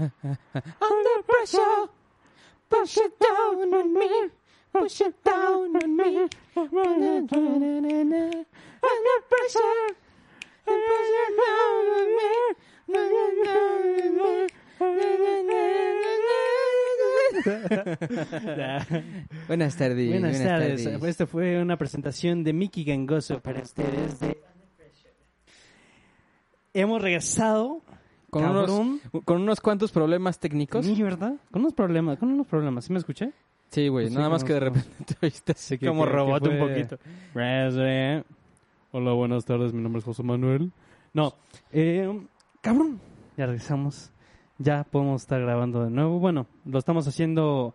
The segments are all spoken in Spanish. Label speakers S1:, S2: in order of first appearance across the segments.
S1: Under pressure, push it down on me, push it down on me. Under pressure, push it down on me.
S2: Buenas tardes.
S1: Buenas tardes. pues, Esta fue una presentación de Mickey Gangoso para ustedes. de- Hemos regresado
S2: Con
S1: Cabrón.
S2: unos, con unos cuantos problemas técnicos.
S1: Sí, ¿verdad? Con unos problemas, con unos problemas. ¿Sí me escuché?
S2: Sí, güey.
S1: Sí,
S2: nada más
S1: como-
S2: que de repente te oíste así
S1: que-
S2: como
S1: que- que
S2: robot un
S1: fue-
S2: poquito.
S1: Hola, buenas tardes. Mi nombre es José Manuel. No, eh, cabrón. Ya regresamos. Ya podemos estar grabando de nuevo. Bueno, lo estamos haciendo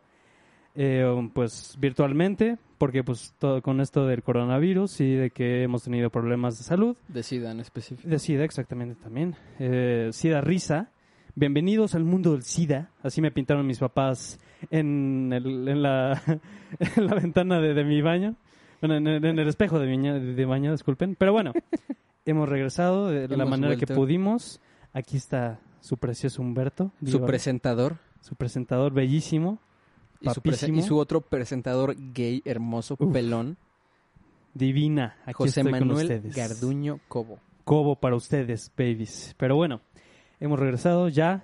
S1: eh, pues virtualmente porque pues todo con esto del coronavirus y de que hemos tenido problemas de salud.
S2: Decida en específico.
S1: De SIDA, exactamente también. Eh, SIDA Risa. Bienvenidos al mundo del SIDA. Así me pintaron mis papás en, el- en la, en la ventana de, de mi baño. Bueno, en, el- en el espejo de, mi ña- de baño, disculpen. Pero bueno, hemos regresado de la
S2: Hemos
S1: manera que
S2: vuelto.
S1: pudimos. Aquí está su precioso Humberto.
S2: Su
S1: Digo,
S2: presentador.
S1: su presentador bellísimo.
S2: Y su, prese-
S1: Papísimo.
S2: y su otro presentador gay, hermoso,
S1: Uf.
S2: pelón.
S1: Divina. Aquí
S2: José
S1: estoy con
S2: Manuel
S1: ustedes.
S2: Garduño Cobo.
S1: cobo para ustedes, babies. Pero bueno, hemos regresado ya.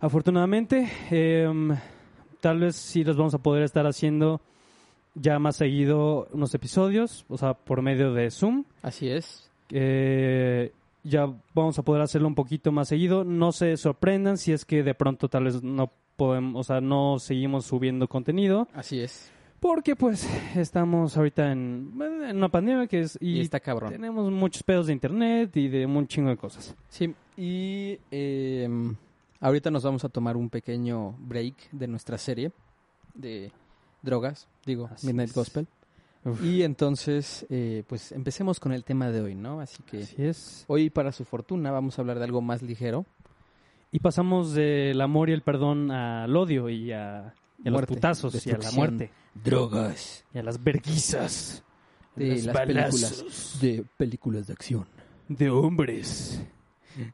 S1: Afortunadamente, em, tal vez sí los vamos a poder estar haciendo ya más seguido unos episodios, o sea, por medio de Zoom.
S2: Así es.
S1: Eh, ya vamos a poder hacerlo un poquito más seguido. No se sorprendan si es que de pronto tal vez no podemos, o sea, no seguimos subiendo contenido,
S2: Así es.
S1: porque pues estamos ahorita en, en una pandemia que es
S2: Y,
S1: y
S2: está cabrón.
S1: tenemos muchos pedos de internet y de un chingo de cosas.
S2: Sí, y eh, ahorita nos vamos a tomar un pequeño break de nuestra serie de drogas, digo,
S1: Así
S2: Midnight
S1: es.
S2: Gospel.
S1: Uf.
S2: Y entonces, eh, pues empecemos con el tema de hoy, ¿no? Así que
S1: Así es.
S2: hoy, para su fortuna, vamos a hablar de algo más ligero.
S1: Y pasamos del amor y el perdón al odio y a, y a los
S2: Muerte,
S1: putazos y a la
S2: destrucción.
S1: muerte
S2: Drogas.
S1: y a las verguizas. a
S2: De
S1: los
S2: las películas.
S1: balazos
S2: De películas de acción.
S1: De hombres.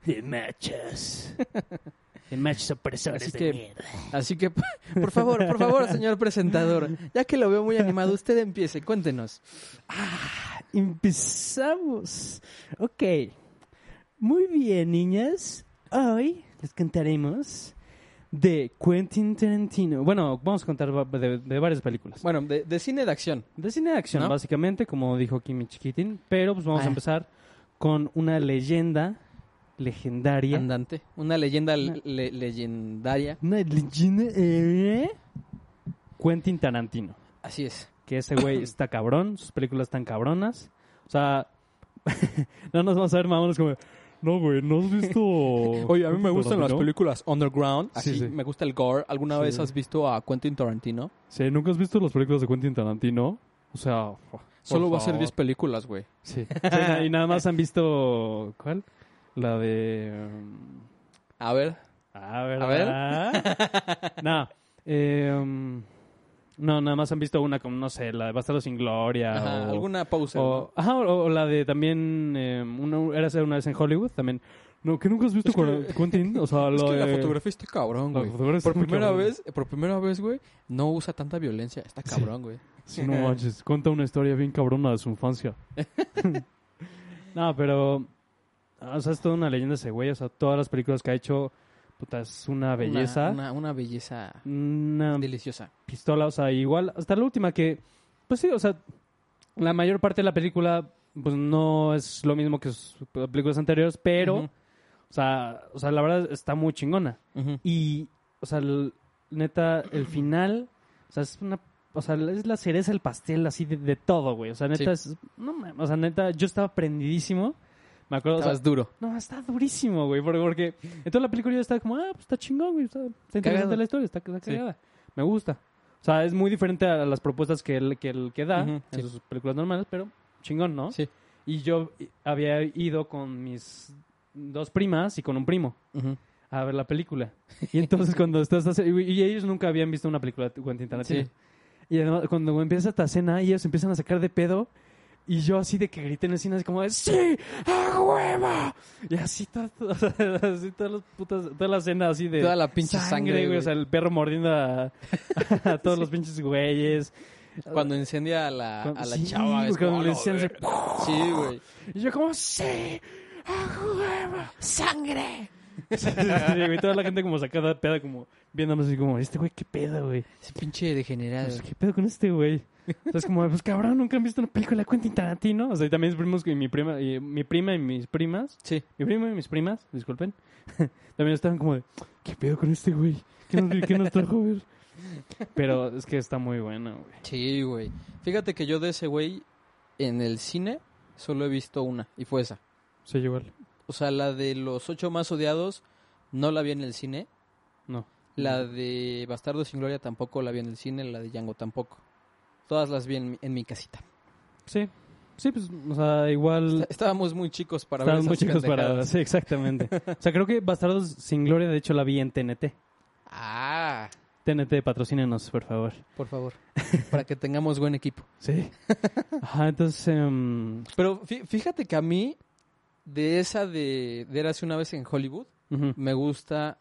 S1: De machas. De machos opresores
S2: Así
S1: de
S2: que-
S1: mierda.
S2: Así que, por favor, por favor, señor presentador, ya que lo veo muy animado, usted empiece, cuéntenos.
S1: Empezamos. Ok. Muy bien, niñas. Hoy les cantaremos de Quentin Tarantino. Bueno, vamos a contar va- de, de varias películas.
S2: Bueno, de, de cine de acción.
S1: De cine de acción,
S2: ¿No?
S1: básicamente, como dijo Kimi Chiquitín. Pero pues vamos
S2: Ah.
S1: a empezar con una leyenda legendaria.
S2: Andante. Una leyenda le- le- legendaria.
S1: Una leyenda. eh, Quentin Tarantino.
S2: Así es.
S1: Que ese güey está cabrón, sus películas están cabronas. O sea, no nos vamos a ver mamones como. No, güey, no has visto.
S2: Oye, a mí me gustan las películas underground.
S1: Sí,
S2: Así
S1: sí.
S2: me gusta el gore. ¿Alguna
S1: Sí.
S2: vez has visto a Quentin Tarantino?
S1: Sí, nunca has visto las películas de Quentin Tarantino. O sea,
S2: Solo va a ser 10 películas, güey.
S1: Sí. y nada más han visto. ¿Cuál? La de. um,
S2: A ver.
S1: Ah,
S2: ver.
S1: ¿verdad? no. eh, um, no, nada más han visto una como, no sé, la de Bastardo sin Gloria.
S2: ajá,
S1: o,
S2: alguna pausa.
S1: o- ajá, o- o la de también. eh, una, era hacer una vez en Hollywood también. No, que nunca has visto
S2: Es que-
S1: Quar- Quentin. O sea,
S2: Es
S1: lo
S2: que la
S1: de-
S2: fotografía está cabrón,
S1: la
S2: güey.
S1: fotografía está
S2: Por
S1: muy
S2: primera
S1: cabrón.
S2: vez, por primera vez, güey, no usa tanta violencia. Está
S1: Sí.
S2: cabrón, güey.
S1: Sí, no manches, cuenta una historia bien cabrona de su infancia. no, pero. ah, O sea, es toda una leyenda ese güey. O sea, todas las películas que ha hecho, puta, es una belleza.
S2: Una, una, una belleza
S1: una
S2: deliciosa.
S1: pistola, o sea, igual, hasta la última que, pues sí, o sea, la mayor parte de la película, pues no es lo mismo que sus películas anteriores, pero,
S2: Ujú.
S1: o, sea, o sea, la verdad está muy chingona.
S2: Ujú.
S1: Y, o sea, el- neta, el final, o sea, es una o sea, es la cereza, el pastel, así de, de todo, güey. O sea, neta, es, no, mames, o sea, neta, yo estaba prendidísimo. Me acuerdo, o sea,
S2: Estabas duro.
S1: no, está durísimo, güey, porque, porque en toda la película yo estaba como, ah, pues está chingón, güey, está, está interesante
S2: Cagado.
S1: la historia, está, está
S2: Sí.
S1: cagada. Me gusta. O sea, es muy diferente a las propuestas que él que, él- que da
S2: Ujú,
S1: en
S2: sí.
S1: sus películas normales, pero chingón, ¿no?
S2: Sí.
S1: Y yo eh, había ido con mis dos primas y con un primo
S2: Ujú.
S1: a ver la película. Y entonces cuando estás... hace- Y y ellos nunca habían visto una película de Quentin Tarantino.
S2: Sí.
S1: Y además, cuando empieza esta escena, ellos empiezan a sacar de pedo. Y yo así de que grité en el cine, así como de, ¡Sí! ¡A huevo! Y así, to- to- o sea, así todas las putas... Toda la escena así de...
S2: Toda la pinche sangre, güey.
S1: O sea, el perro mordiendo a, a todos los pinches güeyes.
S2: Cuando incendia a la, a la
S1: Sí,
S2: chava.
S1: güey,
S2: es
S1: cuando
S2: como,
S1: le
S2: "A la
S1: decían así,
S2: verga". Sí, güey.
S1: Y yo como, ¡Sí! ¡A huevo! ¡Sangre! Sí, güey, toda la gente como sacada de pedo, como viéndonos así como, este güey, qué pedo, güey.
S2: Ese pinche degenerado.
S1: Pues, ¿qué pedo con este güey? O sea, es como, pues cabrón, nunca han visto una película de Quentin Tarantino. O sea, y también mis primos y mi prima, y mi prima y mis primas,
S2: Sí.
S1: mi primo y mis primas, disculpen, también estaban como de, ¿qué pedo con este güey? ¿Qué nos, qué nos trajo a ver? Pero es que está muy bueno, güey.
S2: Sí, güey. Fíjate que yo de ese güey en el cine solo he visto una y fue esa.
S1: Soy igual.
S2: O sea, la de los ocho más odiados no la vi en el cine.
S1: No.
S2: La de Bastardo sin Gloria tampoco la vi en el cine. La de Django tampoco. Todas las vi en mi, en mi casita.
S1: Mm. Sí. Sí, pues, o sea, igual.
S2: Está- Estábamos muy chicos para
S1: Estaban
S2: ver
S1: muy
S2: esas
S1: chicos para.
S2: pendejadas.
S1: Sí, exactamente. O sea, creo que Bastardos sin Gloria, de hecho, la vi en TNT.
S2: Ah,
S1: TNT, patrocínenos, por favor.
S2: por favor. para que tengamos buen equipo.
S1: Sí. Ajá, entonces. em,
S2: Pero fí- fíjate que a mí, de esa de, de Érase una vez en Hollywood,
S1: ujú.
S2: me gusta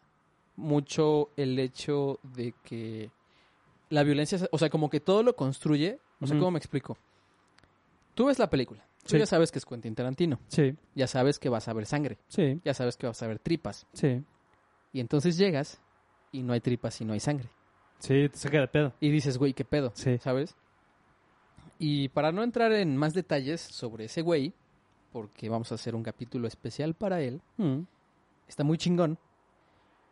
S2: mucho el hecho de que la violencia, es- o sea, como que todo lo construye. O sea,
S1: Ujú.
S2: ¿cómo me explico? Tú ves la película, tú
S1: Sí.
S2: ya sabes que es Quentin Tarantino,
S1: Sí,
S2: ya sabes que vas a ver sangre,
S1: sí,
S2: ya sabes que vas a ver tripas.
S1: sí.
S2: Y entonces llegas y no hay tripas y no hay sangre.
S1: Sí, te saca de pedo.
S2: Y dices, güey, ¿qué pedo?
S1: Sí.
S2: ¿Sabes? Y para no entrar en más detalles sobre ese güey, porque vamos a hacer un capítulo especial para él,
S1: Mm,
S2: está muy chingón,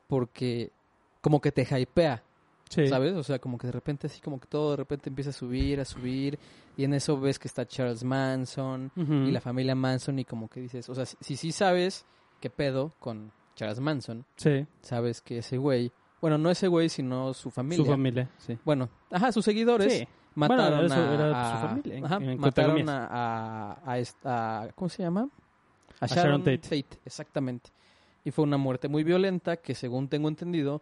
S2: porque como que te hypea,
S1: Sí.
S2: ¿sabes? O sea, como que de repente así, como que todo de repente empieza a subir, a subir, y en eso ves que está Charles Manson
S1: Ujú.
S2: y la familia Manson, y como que dices, o sea, si sí sabes qué pedo con Charles Manson,
S1: Sí,
S2: sabes que ese güey, bueno, no ese güey, sino su familia.
S1: su familia, sí.
S2: Bueno, ajá, sus seguidores
S1: Sí.
S2: mataron
S1: Bueno, era su-
S2: a,
S1: era su
S2: a-
S1: familia, en-
S2: ajá,
S1: en
S2: mataron
S1: comillas.
S2: a, a, a est- a- ¿cómo se llama? A,
S1: Sharon Tate.
S2: exactamente. Y fue una muerte muy violenta que, según tengo entendido,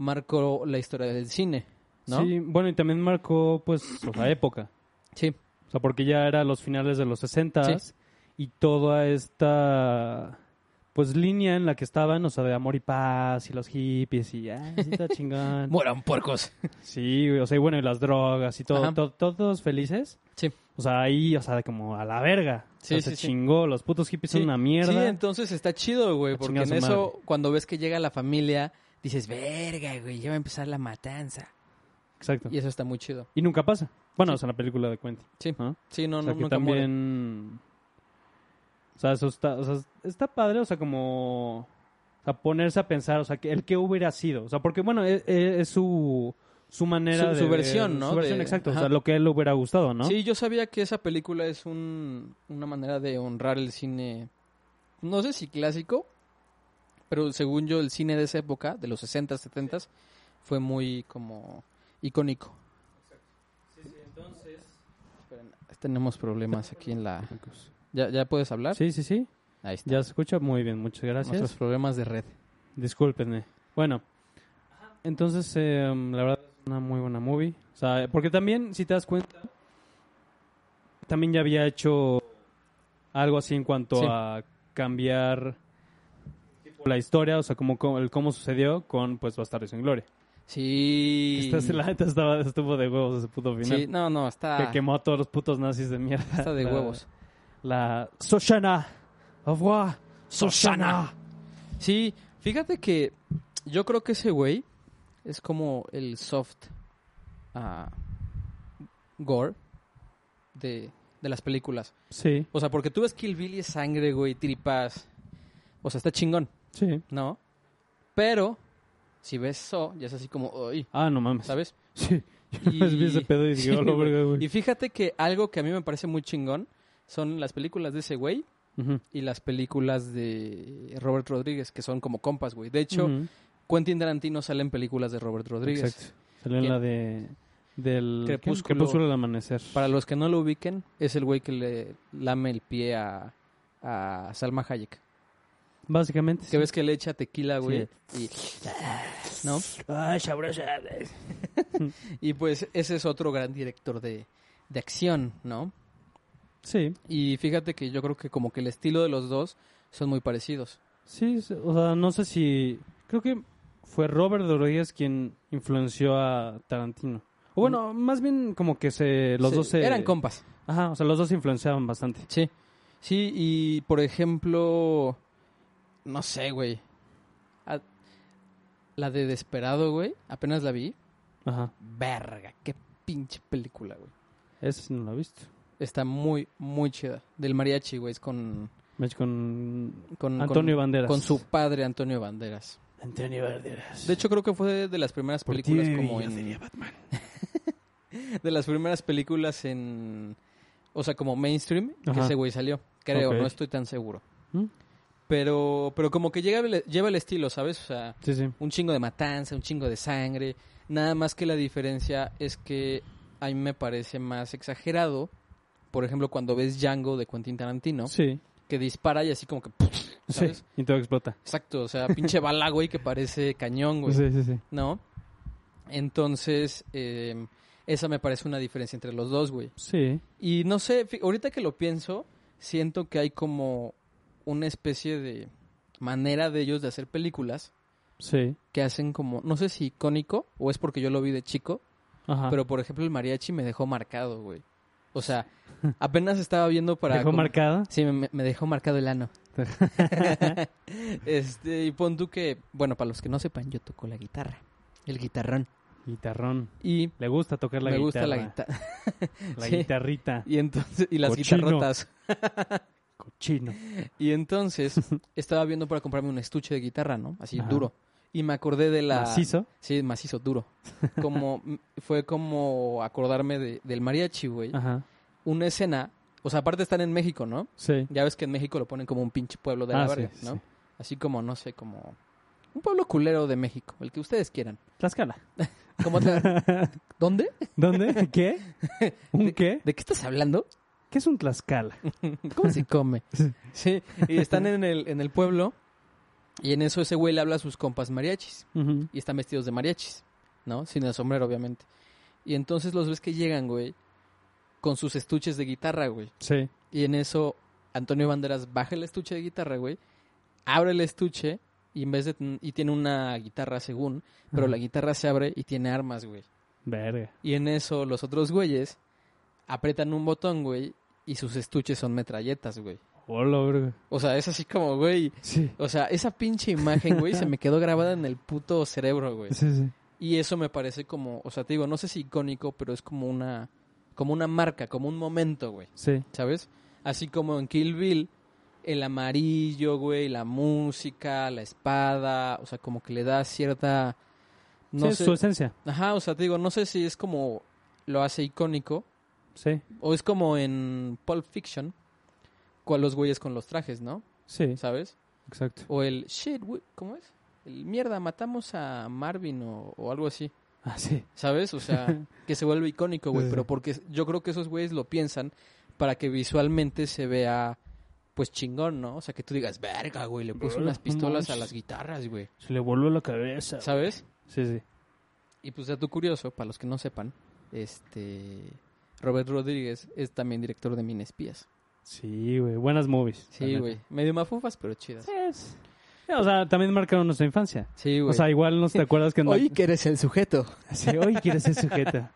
S2: marcó la historia del cine, ¿no?
S1: Sí, bueno, y también marcó, pues, o sea, época.
S2: Sí,
S1: O sea, porque ya era los finales de los 60
S2: Sí.
S1: y toda esta, pues, línea en la que estaban, o sea, de amor y paz y los hippies y, ah, sí está chingón.
S2: mueran puercos.
S1: Sí, güey, o sea, y bueno, y las drogas y todo,
S2: Ajá.
S1: to- todos felices.
S2: Sí.
S1: O sea, ahí, o sea, de como a la verga. O sea,
S2: Sí,
S1: se
S2: sí, sí.
S1: chingó, los putos hippies
S2: Sí,
S1: son una mierda.
S2: Sí, entonces está chido, güey,
S1: A
S2: porque
S1: chingar
S2: en
S1: a su
S2: eso, cuando ves que llega la familia, dices, verga, güey, ya va a empezar la matanza.
S1: Exacto.
S2: Y eso está muy chido.
S1: Y nunca pasa. Bueno,
S2: Sí.
S1: o sea, en la película de Quentin.
S2: Sí,
S1: ¿no?
S2: sí, no,
S1: o sea,
S2: no,
S1: que
S2: nunca muere.
S1: también... O sea, eso está, o sea, está padre, o sea, como... O sea, ponerse a pensar, o sea, que el que hubiera sido. O sea, porque, bueno, e- e- es, su, su manera
S2: Su-
S1: de...
S2: su versión, ¿no?
S1: Su versión,
S2: De-
S1: exacto. O
S2: ajá.
S1: sea, lo que a él le hubiera gustado, ¿no?
S2: Sí, yo sabía que esa película es un- una manera de honrar el cine, no sé si clásico, pero según yo el cine de esa época, de los 60s, 70s, fue muy como icónico. Esperen, Tenemos problemas aquí en la... ¿Ya, ya puedes hablar?
S1: Sí, sí, sí.
S2: Ahí está.
S1: Ya se escucha muy bien, muchas gracias.
S2: Nuestros problemas de red.
S1: Discúlpenme. Bueno, entonces, eh, la verdad es una muy buena movie. O sea, porque también, si te das cuenta, también ya había hecho algo así en cuanto
S2: Sí.
S1: a cambiar tipo, la historia, o sea, como, co- el cómo sucedió con pues Bastardos sin Gloria.
S2: Sí.
S1: Esta, la neta estaba, estuvo de huevos ese puto final.
S2: Sí, no, no,
S1: Que
S2: está,
S1: quemó a todos los putos nazis de mierda.
S2: está de
S1: La-
S2: huevos.
S1: La Soshana. Au revoir. Soshana.
S2: Sí, fíjate que yo creo que ese güey es como el soft ah, gore de, de las películas.
S1: Sí,
S2: O sea, porque tú ves Kill Bill y es sangre, güey, tripas. O sea, está chingón,
S1: sí.
S2: ¿no? Pero si ves So, ya es así como, uy,
S1: Ah, no mames.
S2: ¿sabes?
S1: Sí, Yo nomás vi ese pedo y dije, "Hola,
S2: güey.
S1: verga, güey".
S2: Y fíjate que algo que a mí me parece muy chingón son las películas de ese güey
S1: Ujú.
S2: y las películas de Robert Rodríguez, que son como compas, güey. De hecho,
S1: Ujú.
S2: Quentin Tarantino sale en películas de Robert Rodríguez.
S1: Exacto. Salió en
S2: Que-
S1: la de del ¿qué?
S2: Crepúsculo.
S1: Crepúsculo al amanecer.
S2: Para los que no lo ubiquen, es el güey que le lame el pie a, a Salma Hayek.
S1: Básicamente.
S2: Que ves que le echa tequila, güey. Y, ¿No?
S1: Ay, sabrosa.
S2: Y pues ese es otro gran director de, de acción, ¿no?
S1: Sí,
S2: Y fíjate que yo creo que como que el estilo de los dos son muy parecidos.
S1: sí, sí, o sea, no sé si creo que fue Robert Rodríguez quien influenció a Tarantino. O bueno, más bien como que se los
S2: Se-
S1: dos eh, se
S2: Eran compas.
S1: Ajá, o sea, los dos se influenciaban bastante.
S2: Sí. Sí, y por ejemplo, no sé, güey. A- La de Desperado, güey, apenas la vi.
S1: Ajá.
S2: Verga, qué pinche película, güey.
S1: Ese sí no lo he visto.
S2: Está muy, muy chida. Del mariachi, güey, es con,
S1: Match con
S2: con,
S1: Antonio
S2: con-
S1: Banderas.
S2: con su padre Antonio Banderas.
S1: Antonio Banderas.
S2: De hecho, creo que fue de las primeras
S1: Por ti,
S2: películas
S1: baby,
S2: como
S1: yo sería
S2: en... de las primeras películas en... O sea, como mainstream, que
S1: Ajá.
S2: ese güey salió. Creo,
S1: Ok.
S2: no estoy tan seguro.
S1: ¿Mm?
S2: Pero, pero como que llega, lleva el estilo, ¿sabes? O sea,
S1: Sí, sí.
S2: un chingo de matanza, un chingo de sangre. Nada más que la diferencia es que a mí me parece más exagerado. Por ejemplo, cuando ves Django de Quentin Tarantino,
S1: Sí.
S2: que dispara y así como que...
S1: Sí.
S2: ¿Sabes?
S1: Y todo explota.
S2: Exacto, o sea, pinche bala, güey, que parece cañón, güey.
S1: Sí, sí, sí.
S2: ¿No? Entonces, eh, esa me parece una diferencia entre los dos, güey.
S1: Sí.
S2: Y no sé, fi- ahorita que lo pienso, siento que hay como una especie de manera de ellos de hacer películas
S1: Sí.
S2: que hacen como, no sé si icónico o es porque yo lo vi de chico,
S1: Ajá.
S2: pero por ejemplo el mariachi me dejó marcado, güey. O sea, apenas estaba viendo para...
S1: Dejó
S2: com-
S1: marcada.
S2: Sí, me, me dejó marcado el ano. este, y pon tú que, bueno, para los que no sepan, yo toco la guitarra, el guitarrón.
S1: Guitarrón.
S2: Y
S1: Le gusta tocar la
S2: me
S1: guitarra.
S2: gusta la guitarra.
S1: La
S2: Sí.
S1: guitarrita.
S2: Y entonces, y las
S1: Cochino.
S2: guitarrotas.
S1: Cochino.
S2: Y entonces estaba viendo para comprarme un estuche de guitarra, ¿no? Así
S1: Ajá.
S2: duro. Y me acordé de la.
S1: Macizo.
S2: Sí, macizo, duro. Como m- fue como acordarme de- del mariachi, güey.
S1: Ajá.
S2: Una escena. O sea, aparte están en México, ¿no?
S1: Sí.
S2: Ya ves que en México lo ponen como un pinche pueblo de la
S1: Ah, sí,
S2: verga,
S1: sí,
S2: ¿no?
S1: sí.
S2: Así como, no sé, como. Un pueblo culero de México, el que ustedes quieran.
S1: Tlaxcala.
S2: Como Tla- ¿Dónde?
S1: ¿Dónde? ¿Qué? ¿Un qué?
S2: ¿De qué estás hablando?
S1: ¿Qué es un Tlaxcala?
S2: ¿Cómo se come?
S1: Sí.
S2: Sí, y están en el, en el pueblo y en eso ese güey le habla a sus compas mariachis
S1: Ujú.
S2: y están vestidos de mariachis, ¿no? Sin el sombrero, obviamente. Y entonces los ves que llegan, güey, con sus estuches de guitarra, güey.
S1: Sí.
S2: Y en eso Antonio Banderas baja el estuche de guitarra, güey, abre el estuche y en vez de ten- y tiene una guitarra según, pero
S1: Ajá.
S2: la guitarra se abre y tiene armas, güey.
S1: Verga.
S2: Y en eso los otros güeyes apretan un botón, güey, y sus estuches son metralletas, güey.
S1: Hola, verga.
S2: O sea, es así como, güey.
S1: Sí.
S2: O sea, esa pinche imagen, güey, se me quedó grabada en el puto cerebro, güey.
S1: Sí, sí.
S2: Y eso me parece como, o sea, te digo, no sé si icónico, pero es como una, como una marca, como un momento, güey.
S1: Sí.
S2: ¿Sabes? Así como en Kill Bill, el amarillo, güey, la música, la espada, o sea, como que le da cierta, no
S1: sí,
S2: sé,
S1: su esencia.
S2: ajá, o sea, te digo, no sé si es como lo hace icónico
S1: Sí.
S2: o es como en Pulp Fiction, cual los güeyes con los trajes, ¿no?
S1: Sí.
S2: ¿Sabes?
S1: Exacto.
S2: O el shit, güey, ¿cómo es? El mierda, matamos a Marvin o, o algo así.
S1: Ah, sí.
S2: ¿Sabes? O sea, que se vuelve icónico, güey.
S1: Sí, sí.
S2: Pero porque yo creo que esos güeyes lo piensan para que visualmente se vea, pues chingón, ¿no? O sea, que tú digas, verga, güey, le puso
S1: Verga,
S2: unas
S1: no
S2: pistolas a
S1: manches.
S2: las guitarras, güey.
S1: Se le voló la cabeza.
S2: ¿Sabes?
S1: Sí, sí.
S2: Y pues dato curioso, para los que no sepan, este. Robert Rodríguez es también director de Minespías.
S1: Sí, güey. Buenas movies. la
S2: Sí,
S1: neta.
S2: güey. Medio mafufas, pero chidas.
S1: Sí, es- O sea, también marcaron nuestra infancia.
S2: Sí, güey.
S1: O sea, igual no te acuerdas que...
S2: Oye, que eres el sujeto.
S1: Sí, hoy quieres ser sujeta.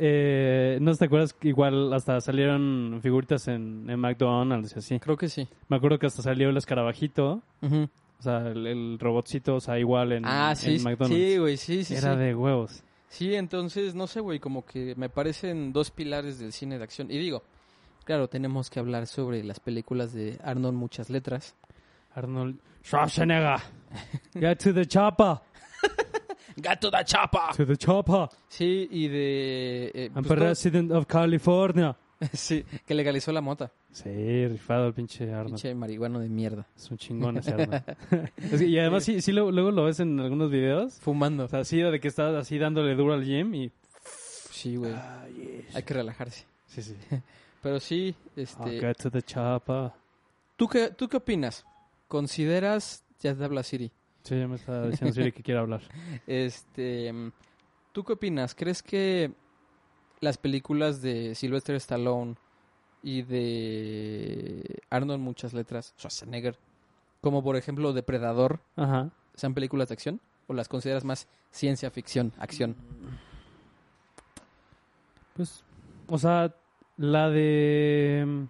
S1: Eh, ¿No te acuerdas que igual hasta salieron figuritas en, en McDonald's y así?
S2: Creo que sí.
S1: Me acuerdo que hasta salió el escarabajito,
S2: Ujú.
S1: o sea, el, el robotcito, o sea, igual en,
S2: Ah, sí.
S1: en McDonald's.
S2: sí, güey, sí, sí.
S1: Era
S2: sí.
S1: de huevos.
S2: Sí, entonces, no sé, güey, como que me parecen dos pilares del cine de acción. Y digo, claro, tenemos que hablar sobre las películas de Arnold Muchas Letras.
S1: Arnold Schwarzenegger. Get to the chopper.
S2: Gato da chapa.
S1: To the chopper.
S2: Sí, y de... eh,
S1: I'm
S2: pues, todos-
S1: president of California.
S2: sí, que legalizó la mota.
S1: Sí, rifado el pinche Arnold.
S2: Pinche marihuano de mierda.
S1: Es un chingón ese Arnold. Es que- y además sí, sí lo- luego lo ves en algunos videos.
S2: Fumando.
S1: O sea, sí, de que estás así dándole duro al gym y...
S2: Sí, güey. Hay que relajarse.
S1: Sí, sí.
S2: Pero sí, este...
S1: I'll get to the chopper.
S2: ¿tú, qué, ¿Tú qué opinas? ¿Consideras... Ya te habla Siri.
S1: Sí, ya me está diciendo Siri que quiere hablar.
S2: Este, mm, ¿tú qué opinas? ¿Crees que las películas de Sylvester Stallone y de Arnold muchas letras, Schwarzenegger, como por ejemplo Depredador,
S1: Ajá.
S2: sean películas de acción o las consideras más ciencia ficción, acción?
S1: Mm. Pues, o sea, la de...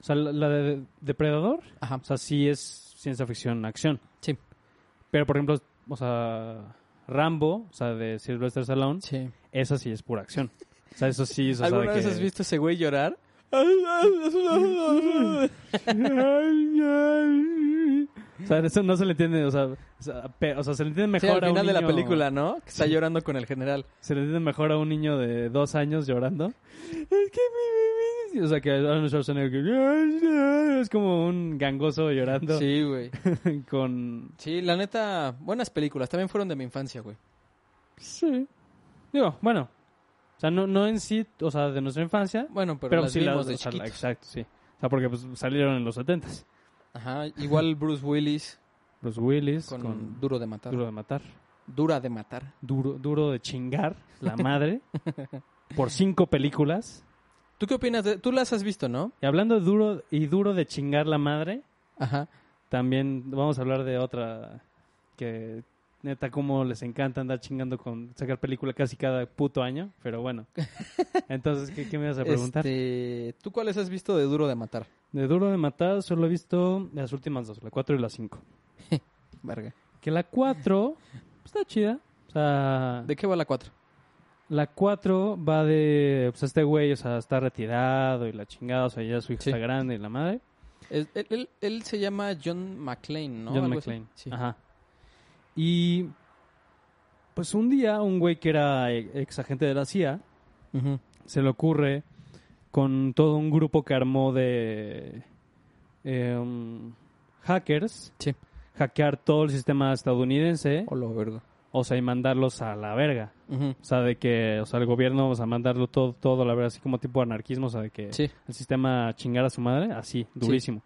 S1: O sea, la- la de Depredador,
S2: Ajá.
S1: o sea, sí es ciencia ficción, acción.
S2: Sí.
S1: Pero, por ejemplo, o sea, Rambo, o sea, de Sylvester Stallone,
S2: Sí.
S1: esa sí es pura acción. O sea, eso sí es, o sea,
S2: ¿Alguna
S1: de
S2: vez
S1: que...
S2: has visto ese güey llorar?
S1: o sea, eso no se le entiende, o sea, o sea, pe- o sea, se le entiende
S2: Sí,
S1: mejor
S2: al
S1: a un
S2: final de la
S1: niño-
S2: película, ¿no? Que está llorando con el general.
S1: Se le entiende mejor a un niño de dos años llorando. Es que mi bebé... O sea, que Arnold Schwarzenegger... Es como un gangoso llorando
S2: Sí, güey.
S1: con...
S2: Sí, la neta, buenas películas. También fueron de mi infancia, güey.
S1: Sí. Digo, bueno. O sea, no, no en sí, o sea, de nuestra infancia,
S2: Bueno, pero,
S1: pero,
S2: las
S1: sí
S2: vimos
S1: las-
S2: de
S1: o sea, la-
S2: chiquitos.
S1: Exacto, sí. O sea, porque pues, salieron en los 70s.
S2: Ajá, igual Bruce Willis
S1: Los Willis
S2: con,
S1: con,
S2: Duro de Matar.
S1: Duro de Matar.
S2: Dura de Matar.
S1: Duro, duro de chingar, la madre. por cinco películas.
S2: ¿Tú qué opinas? De, tú las has visto, ¿no?
S1: Y hablando de duro y duro de chingar la madre,
S2: Ajá.
S1: también vamos a hablar de otra que neta como les encanta andar chingando con sacar película casi cada puto año, pero bueno. Entonces, ¿qué, qué me vas a preguntar?
S2: Este, ¿Tú cuáles has visto de Duro de Matar?
S1: De Duro de Matar solo he visto las últimas dos, la 4 y la 5.
S2: Verga.
S1: Que la 4 está chida. O sea,
S2: ¿De qué va la 4?
S1: la 4 va de, pues este güey, o sea, está retirado y la chingada, o sea, ya su hijo
S2: Sí.
S1: está grande y la madre.
S2: Él, él- él se llama John McClane, ¿no?
S1: John
S2: Algo así.
S1: McClane.
S2: Sí.
S1: Ajá. Y pues un día un güey que era e- ex agente de la CIA
S2: Ujú.
S1: se le ocurre con todo un grupo que armó de eh, um, hackers
S2: Sí.
S1: hackear todo el sistema estadounidense
S2: O lo vergo.
S1: o sea y mandarlos a la verga
S2: Ujú.
S1: o sea de que o sea el gobierno o sea mandarlo todo todo a la verga así como tipo anarquismo o sea de que
S2: Sí,
S1: el sistema chingar a su madre así durísimo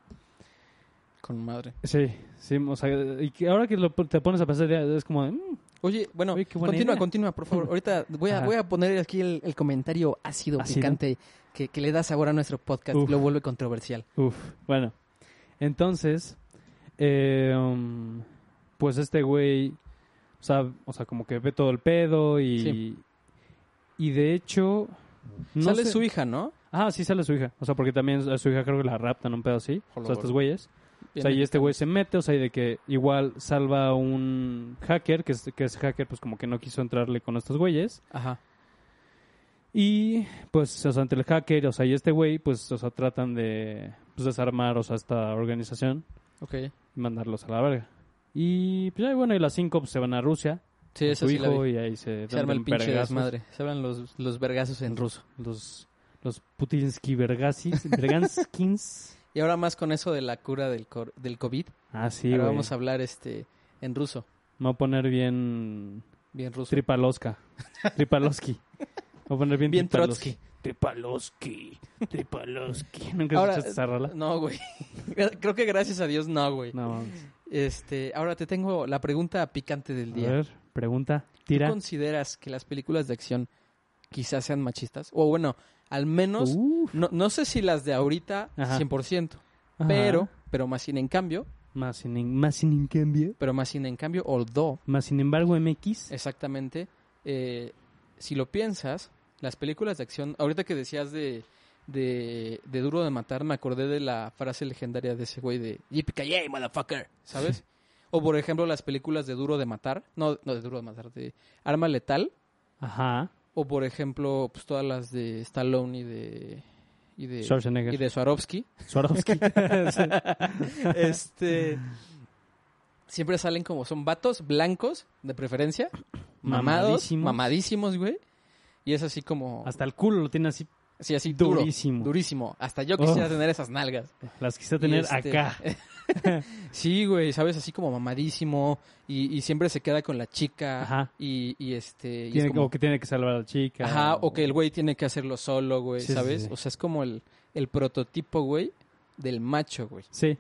S2: con madre.
S1: sí sí o sea y que ahora que lo, te pones a pensar ya es como mm,
S2: Oye, bueno,
S1: Oye, qué buena
S2: continúa,
S1: idea.
S2: continúa, por favor. Ahorita voy a,
S1: Ajá.
S2: voy a poner aquí el, el comentario ácido,
S1: Ácido.
S2: picante que, que le da sabor a nuestro podcast.
S1: Uf.
S2: Lo vuelve controversial.
S1: Uf, bueno. Entonces, eh, um, pues este güey, o sea, o sea, como que ve todo el pedo y...
S2: Sí.
S1: Y de hecho... no
S2: Sale
S1: sé-
S2: su hija, ¿no?
S1: Ah, sí sale su hija. O sea, porque también a su hija creo que la raptan un pedo así.
S2: Jolo,
S1: o sea, estos
S2: jolo.
S1: güeyes. O sea, y este güey se mete, o sea, y de que igual salva a un hacker, que, es, que ese hacker pues como que no quiso entrarle con estos güeyes.
S2: Ajá.
S1: Y pues, o sea, ante el hacker, o sea, y este güey, pues, o sea, tratan de pues, desarmar, o sea, esta organización.
S2: Ok.
S1: y mandarlos a la verga. Y pues, ahí, bueno, y las cinco pues, se van a Rusia.
S2: Sí,
S1: con
S2: esa
S1: su
S2: sí la vi.
S1: hijo y ahí se,
S2: Se arma
S1: dan
S2: el pinche
S1: vergazos.
S2: desmadre. Se hablan los, los vergazos en ruso.
S1: Los, los Putinsky Vergasis, Verganskins.
S2: Y ahora más con eso de la cura del, cor- del COVID.
S1: Ah, sí,
S2: ahora
S1: güey.
S2: vamos a hablar este en ruso.
S1: Me voy a poner bien
S2: Bien ruso.
S1: Tripaloska. Tripaloski. Me voy a poner bien,
S2: Bien
S1: tripalos-
S2: Trotsky.
S1: Tripaloski. Tripaloski. ¿Nunca
S2: Ahora-
S1: escuchaste esa rola?
S2: No, güey. Creo que gracias a Dios no, güey.
S1: No, mames.
S2: Este, ahora te tengo la pregunta picante del
S1: A
S2: día.
S1: ver, pregunta.
S2: ¿Tú
S1: Tira.
S2: consideras que las películas de acción quizás sean machistas? O bueno, al menos
S1: Uf,
S2: no, no sé si las de ahorita
S1: Uh. Ajá.
S2: 100%,
S1: ajá.
S2: pero pero más sin en cambio,
S1: Más sin, en- más sin en cambio.
S2: pero más sin en cambio although
S1: Más sin embargo, MX.
S2: Exactamente. Eh, si lo piensas, las películas de acción, ahorita que decías de, de, de Duro de Matar, me acordé de la frase legendaria de ese güey de Yippee motherfucker, ¿sabes? o por ejemplo, las películas de Duro de Matar, no, no de Duro de Matar, de Arma Letal,
S1: Ajá.
S2: o por ejemplo, pues todas las de Stallone y de. Y de
S1: Schwarzenegger.
S2: y de Swarovski.
S1: Swarovski.
S2: este. siempre salen como son vatos blancos, de preferencia, mamados,
S1: Mamadísimos.
S2: mamadísimos, güey. Y es así como,
S1: Hasta el culo lo tiene así.
S2: sí, así duro,
S1: durísimo. Oh.
S2: durísimo. Hasta yo quisiera
S1: Uf.
S2: tener esas nalgas.
S1: Las quise tener
S2: Y, este,
S1: acá.
S2: sí, güey, sabes, así como mamadísimo y, y siempre se queda con la chica
S1: Ajá.
S2: y, y este... y es
S1: Tiene-
S2: como-
S1: O que tiene que salvar a la chica.
S2: Ajá, o que el güey tiene que hacerlo solo, güey,
S1: Sí, sí,
S2: ¿sabes?
S1: sí.
S2: O sea, es como el, el prototipo, güey, del macho, güey.
S1: Sí.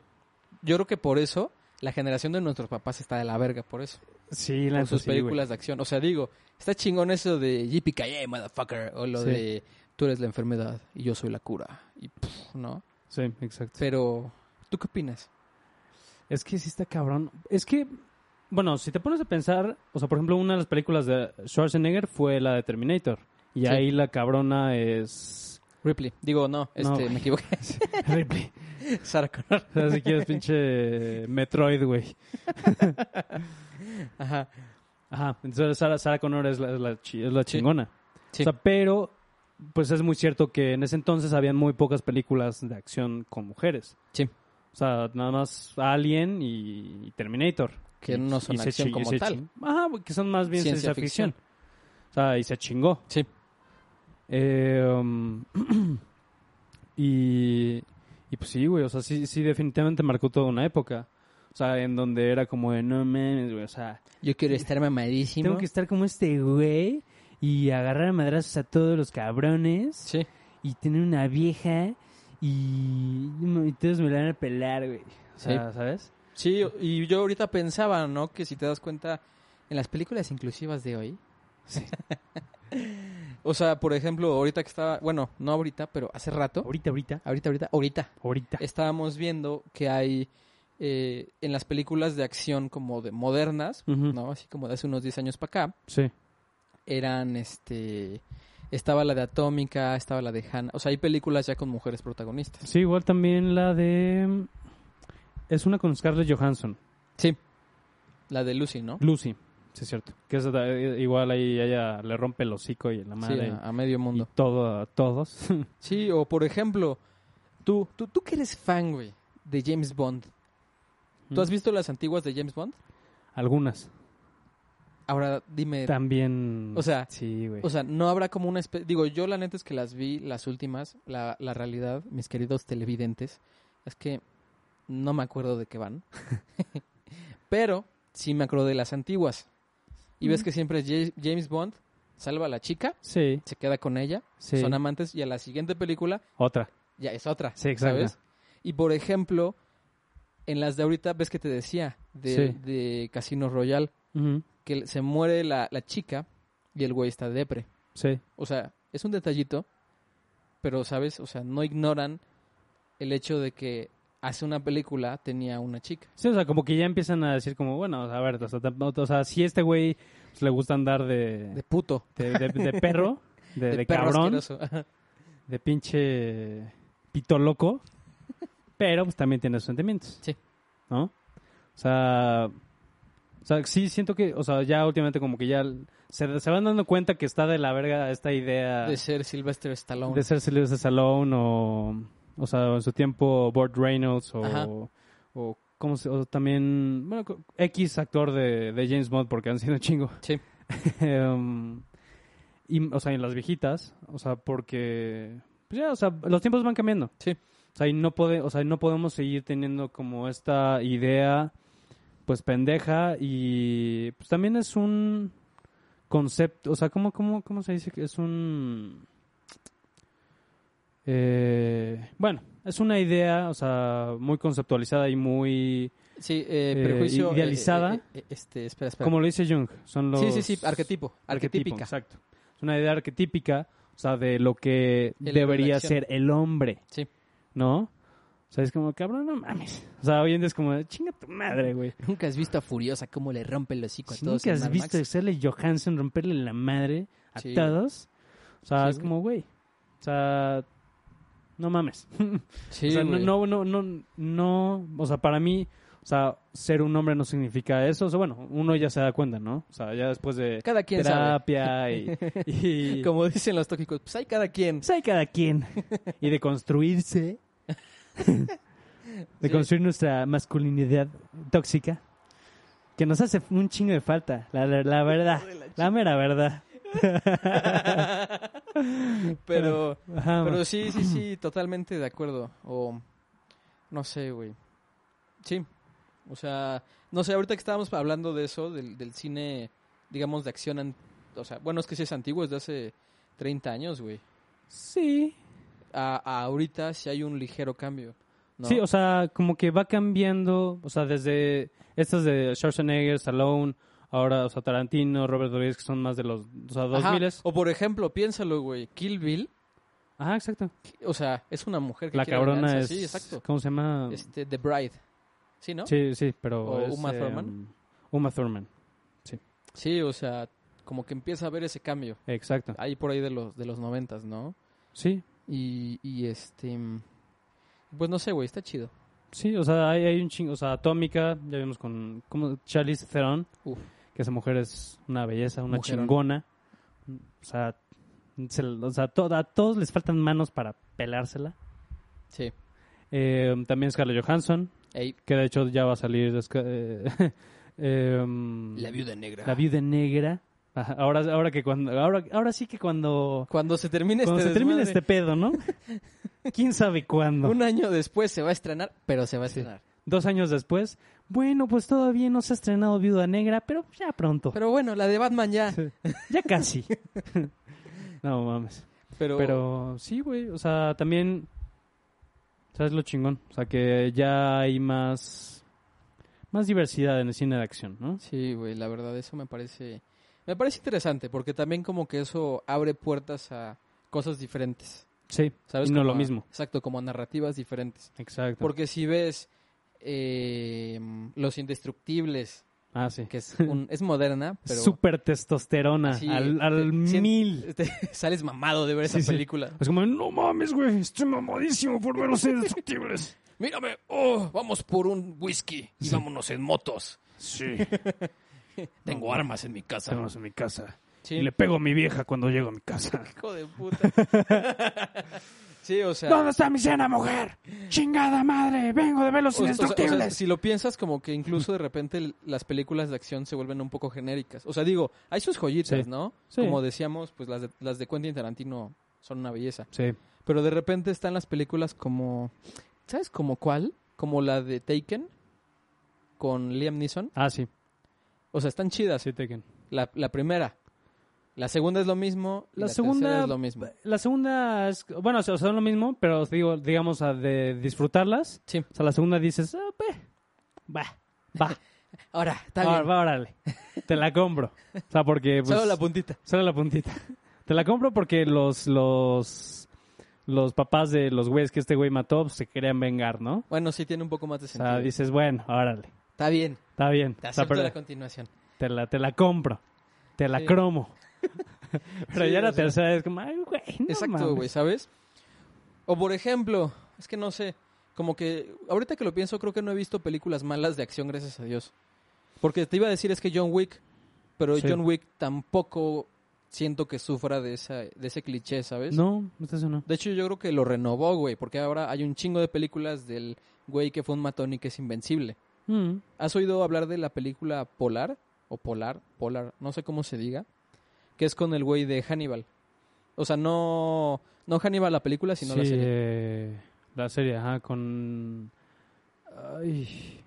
S2: Yo creo que por eso la generación de nuestros papás está de la verga, por eso.
S1: Sí, la
S2: Por sus
S1: neta, sí, güey.
S2: películas de acción. O sea, digo, está chingón eso de Yippee motherfucker. O lo
S1: Sí.
S2: de tú eres la enfermedad y yo soy la cura. Y pff, ¿no?
S1: Sí, exacto.
S2: Pero, ¿tú qué opinas?
S1: Es que sí está cabrón. Es que, bueno, si te pones a pensar, o sea, por ejemplo, una de las películas de Schwarzenegger fue la de Terminator. Y
S2: Sí.
S1: ahí la cabrona es
S2: Ripley. Digo, no,
S1: No,
S2: este,
S1: güey.
S2: me equivoqué.
S1: Ripley.
S2: Sarah Connor.
S1: O sea, si quieres pinche Metroid, güey.
S2: Ajá.
S1: Ajá. Entonces Sarah, Sarah Connor es la, es la chi- es la
S2: Sí.
S1: chingona.
S2: Sí.
S1: O sea, pero, pues es muy cierto que en ese entonces habían muy pocas películas de acción con mujeres.
S2: Sí.
S1: O sea, nada más Alien y, y Terminator.
S2: Que
S1: Y-
S2: no son
S1: y se
S2: acción
S1: chi- y
S2: como
S1: se
S2: tal.
S1: chin- Ajá, que son más bien
S2: Ciencia
S1: ciencia, ficción. O sea, y se chingó.
S2: Sí.
S1: Eh, um, y, y pues sí, güey, o sea, sí, sí, definitivamente marcó toda una época. O sea, en donde era como de, no mames, güey, o sea,
S2: Yo quiero estar mamadísimo.
S1: tengo que estar como este güey y agarrar a madrazos a todos los cabrones
S2: Sí.
S1: y tener una vieja y, y todos me la van a pelar, güey. O sea, ¿sabes?
S2: Sí, y yo ahorita pensaba, ¿no? Que si te das cuenta, en las películas inclusivas de hoy. o sea, por ejemplo, ahorita que estaba. Bueno, no ahorita, pero hace rato.
S1: Ahorita, ahorita,
S2: Ahorita, ahorita, ahorita.
S1: ahorita.
S2: Estábamos viendo que hay. eh, en las películas de acción como de modernas,
S1: Ujú.
S2: ¿no? Así como de hace unos 10 años para acá,
S1: Sí,
S2: eran este. Estaba la de Atómica, estaba la de Hannah. O sea, hay películas ya con mujeres protagonistas.
S1: sí, igual también la de... Es una con Scarlett Johansson.
S2: Sí. La de Lucy, ¿no?
S1: Lucy, sí es cierto. Que es, eh, igual ahí ella le rompe el hocico y la
S2: Sí,
S1: madre
S2: a, a medio
S1: y
S2: mundo.
S1: todo a todos.
S2: Sí, o por ejemplo, tú, tú, tú que eres fan, güey, de James Bond. ¿Tú has visto las antiguas de James Bond?
S1: Algunas.
S2: Ahora dime,
S1: También...
S2: Eh, o sea,
S1: Sí, güey.
S2: o sea, no habrá como una especie... Digo, yo la neta es que las vi, las últimas, la, la realidad, mis queridos televidentes, es que no me acuerdo de qué van. Pero sí me acuerdo de las antiguas. Y
S1: Mm.
S2: ves que siempre Ja- James Bond salva a la chica,
S1: sí,
S2: se queda con ella,
S1: sí.
S2: son amantes y a la siguiente película
S1: Otra.
S2: ya es otra.
S1: Sí, exacto.
S2: ¿sabes? Y por ejemplo, en las de ahorita, ves que te decía, de,
S1: Sí.
S2: de Casino Royal,
S1: Ujú,
S2: que se muere la, la chica y el güey está depre.
S1: Sí,
S2: O sea, es un detallito, pero sabes, o sea, no ignoran el hecho de que hace una película tenía una chica.
S1: Sí, o sea, como que ya empiezan a decir como, bueno, a ver, o sea, tampoco- o sea, si este güey pues, le gusta andar
S2: De
S1: de,
S2: puto.
S1: de, de- de perro, de, de
S2: perro
S1: cabrón,
S2: asqueroso. Ajá.
S1: de pinche pito loco, pero pues también tiene sus sentimientos.
S2: Sí.
S1: ¿No? O sea, o sea, sí siento que, o sea, ya últimamente como que ya se, se van dando cuenta que está de la verga esta idea
S2: De ser Sylvester Stallone.
S1: Ah. de ser Sylvester Stallone o, o sea, en su tiempo Burt Reynolds
S2: Ajá.
S1: o, o, ¿cómo se- o también, bueno, co- X actor de, de James Bond porque han sido un chingo.
S2: Sí.
S1: Em, y, o sea, en las viejitas, o sea, porque, pues ya, o sea, los tiempos van cambiando.
S2: Sí.
S1: O sea, y no, pode, o sea, no podemos seguir teniendo como esta idea, pues, pendeja y, pues, también es un concepto, o sea, ¿cómo, cómo, cómo se dice? que Es un... eh, bueno, es una idea, o sea, muy conceptualizada y muy...
S2: Sí, eh,
S1: Eh,
S2: prejuicio. eh,
S1: idealizada.
S2: eh, eh, este, espera, espera.
S1: Como lo dice Jung, son los...
S2: Sí, sí, sí, arquetipo.
S1: arquetipo,
S2: Arquetípica.
S1: Exacto. Es una idea arquetípica, o sea, de lo que
S2: El
S1: debería
S2: hombre de acción.
S1: ser el hombre,
S2: Sí.
S1: ¿no? O sea, es como, cabrón, no mames. O sea, hoy en día es como, chinga tu madre, güey.
S2: Nunca has visto a Furiosa cómo le rompe el hocico a
S1: Si
S2: todos.
S1: nunca
S2: en
S1: has
S2: Mad
S1: visto a
S2: Max.
S1: Scarlett Johansson romperle la madre a
S2: Sí.
S1: todos, o sea,
S2: Sí,
S1: es
S2: güey.
S1: como, güey, o sea, no mames.
S2: Sí,
S1: o sea, no,
S2: güey.
S1: no, no, no, no, o sea, para mí, o sea, ser un hombre no significa eso. O sea, bueno, uno ya se da cuenta, ¿no? O sea, ya después de
S2: Cada quien sabe.
S1: terapia y, y-
S2: Como dicen los tóxicos, pues hay cada quien.
S1: Pues hay cada quien. Y de construirse. De
S2: Sí.
S1: construir nuestra masculinidad tóxica. que nos hace un chingo de falta, la, la- la verdad, la mera verdad.
S2: pero,
S1: Ajá,
S2: pero sí, sí, sí, totalmente de acuerdo. O no sé, güey. Sí. O sea, no sé, ahorita que estábamos hablando de eso, del, del cine, digamos, de acción. an- O sea, bueno, es que sí es antiguo, es de hace 30 años, güey.
S1: sí,
S2: A, a ahorita sí hay un ligero cambio. ¿no?
S1: Sí, o sea, como que va cambiando, o sea, desde estas de Schwarzenegger, Stallone, ahora, o sea, Tarantino, Robert Rodríguez, que son más de los, o sea,
S2: Ajá.
S1: 2000
S2: O por ejemplo, piénsalo, güey, Kill Bill,
S1: Ajá, exacto.
S2: o sea, es una mujer que
S1: La
S2: quiere
S1: cabrona
S2: venganza,
S1: es,
S2: Sí, exacto.
S1: ¿cómo se llama?
S2: Este, The Bride. ¿Sí, no?
S1: Sí, sí, pero
S2: ¿O
S1: es,
S2: Uma
S1: eh,
S2: Thurman?
S1: Uma Thurman,
S2: Sí, o sea, como que empieza a haber ese cambio.
S1: exacto.
S2: Ahí por ahí de los de los noventas, ¿no?
S1: Sí,
S2: Y, y este mm, pues no sé, güey, está chido.
S1: sí, o sea, hay, hay un chingo, o sea, Atómica, ya vimos con, como Charlize Theron,
S2: Uf.
S1: que esa mujer es una belleza, una
S2: Mujerón.
S1: chingona, o sea, se- o sea, to- a todos les faltan manos para pelársela.
S2: Sí.
S1: Eh, también Scarlett Johansson,
S2: Ey,
S1: que de hecho ya va a salir es que, eh, em,
S2: la viuda negra.
S1: la viuda negra. Ajá, ahora, ahora que cuando, ahora, ahora sí que cuando,
S2: Cuando se termine
S1: cuando
S2: este
S1: se termine
S2: desmadre,
S1: este pedo, ¿no? ¿Quién sabe cuándo?
S2: un año después se va a estrenar, pero se va a
S1: Sí.
S2: estrenar.
S1: Dos años después. Bueno, pues todavía no se ha estrenado Viuda Negra, pero ya pronto.
S2: Pero bueno, la de Batman ya.
S1: Sí. Ya casi. no mames.
S2: Pero,
S1: Pero sí, güey. O sea, también. ¿Sabes lo chingón? O sea, que ya hay más. Más diversidad en el cine de acción, ¿no?
S2: sí, güey, la verdad eso me parece me parece interesante porque también como que eso abre puertas a cosas diferentes,
S1: Sí,
S2: ¿sabes?
S1: y no
S2: Como
S1: lo
S2: a-
S1: mismo.
S2: Exacto, como a narrativas diferentes.
S1: Exacto.
S2: Porque si ves eh, Los Indestructibles,
S1: ah, sí.
S2: que es, un- es moderna, pero
S1: Súper testosterona.
S2: así,
S1: al
S2: te-
S1: al
S2: sien-
S1: mil.
S2: te- Este, sales mamado de ver
S1: Sí,
S2: esa
S1: sí.
S2: película.
S1: Es como, no mames, güey. Estoy mamadísimo por ver los indestructibles.
S2: Mírame, oh, vamos por un whisky y vámonos en motos.
S3: Sí,
S2: Tengo armas en mi casa.
S3: estamos en mi casa.
S2: Sí,
S3: Y le pego a mi vieja cuando llego a mi casa.
S2: hijo de puta. sí, o sea,
S3: ¿Dónde está mi cena, mujer? ¡Chingada madre! ¡Vengo de ver los
S2: o- o sea- o sea,
S3: indestructibles!
S2: si lo piensas, como que incluso de repente l- las películas de acción se vuelven un poco genéricas. O sea, digo, hay sus joyitas,
S1: Sí.
S2: ¿no?
S1: Sí.
S2: Como decíamos, pues las de, las de Quentin Tarantino son una belleza.
S1: Sí.
S2: Pero de repente están las películas como. ¿Sabes como cuál? Como la de Taken con Liam Neeson.
S1: Ah, sí.
S2: O sea, están chidas.
S1: Sí, Tekken.
S2: La, la primera. La segunda es lo mismo. y
S1: La
S2: La,
S1: segunda-
S2: tercera es lo mismo.
S1: La segunda es. Bueno, o sea, son lo mismo, pero os digo, digamos, a de disfrutarlas.
S2: Sí.
S1: O sea, la segunda dices, ah, ve. Va. Va.
S2: Ahora, está
S1: Ahora,
S2: bien.
S1: Ah, va, órale. Te la compro. O sea, porque. Pues,
S2: Solo la puntita.
S1: Solo la puntita. Te la compro porque los los los papás de los güeyes que este güey mató pues, se querían vengar, ¿no?
S2: Bueno, sí tiene un poco más de
S1: O sea,
S2: sentido.
S1: dices, bueno, órale,
S2: Está bien.
S1: Ah, está bien.
S2: Te
S1: o sea,
S2: acepto
S1: pero
S2: la continuación.
S1: te, la, te la compro, te la
S2: Sí.
S1: cromo. pero
S2: Sí,
S1: ya la
S2: o sea,
S1: tercera es como, ay, güey, no
S2: Exacto,
S1: mames.
S2: güey, ¿sabes? O por ejemplo, es que no sé, como que ahorita que lo pienso creo que no he visto películas malas de acción, gracias a Dios. Porque te iba a decir es que John Wick, pero
S1: Sí.
S2: John Wick tampoco siento que sufra de, esa, de ese cliché, ¿sabes?
S1: No, no está eso no.
S2: De hecho yo creo que lo renovó, güey, porque ahora hay un chingo de películas del güey que fue un matón y que es invencible.
S1: Mm.
S2: ¿Has oído hablar de la película Polar? O Polar, Polar, no sé cómo se diga. Que es con el güey de Hannibal. O sea, no, no Hannibal la película, sino la
S1: Sí,
S2: serie.
S1: eh, la serie, ajá, con... Ay.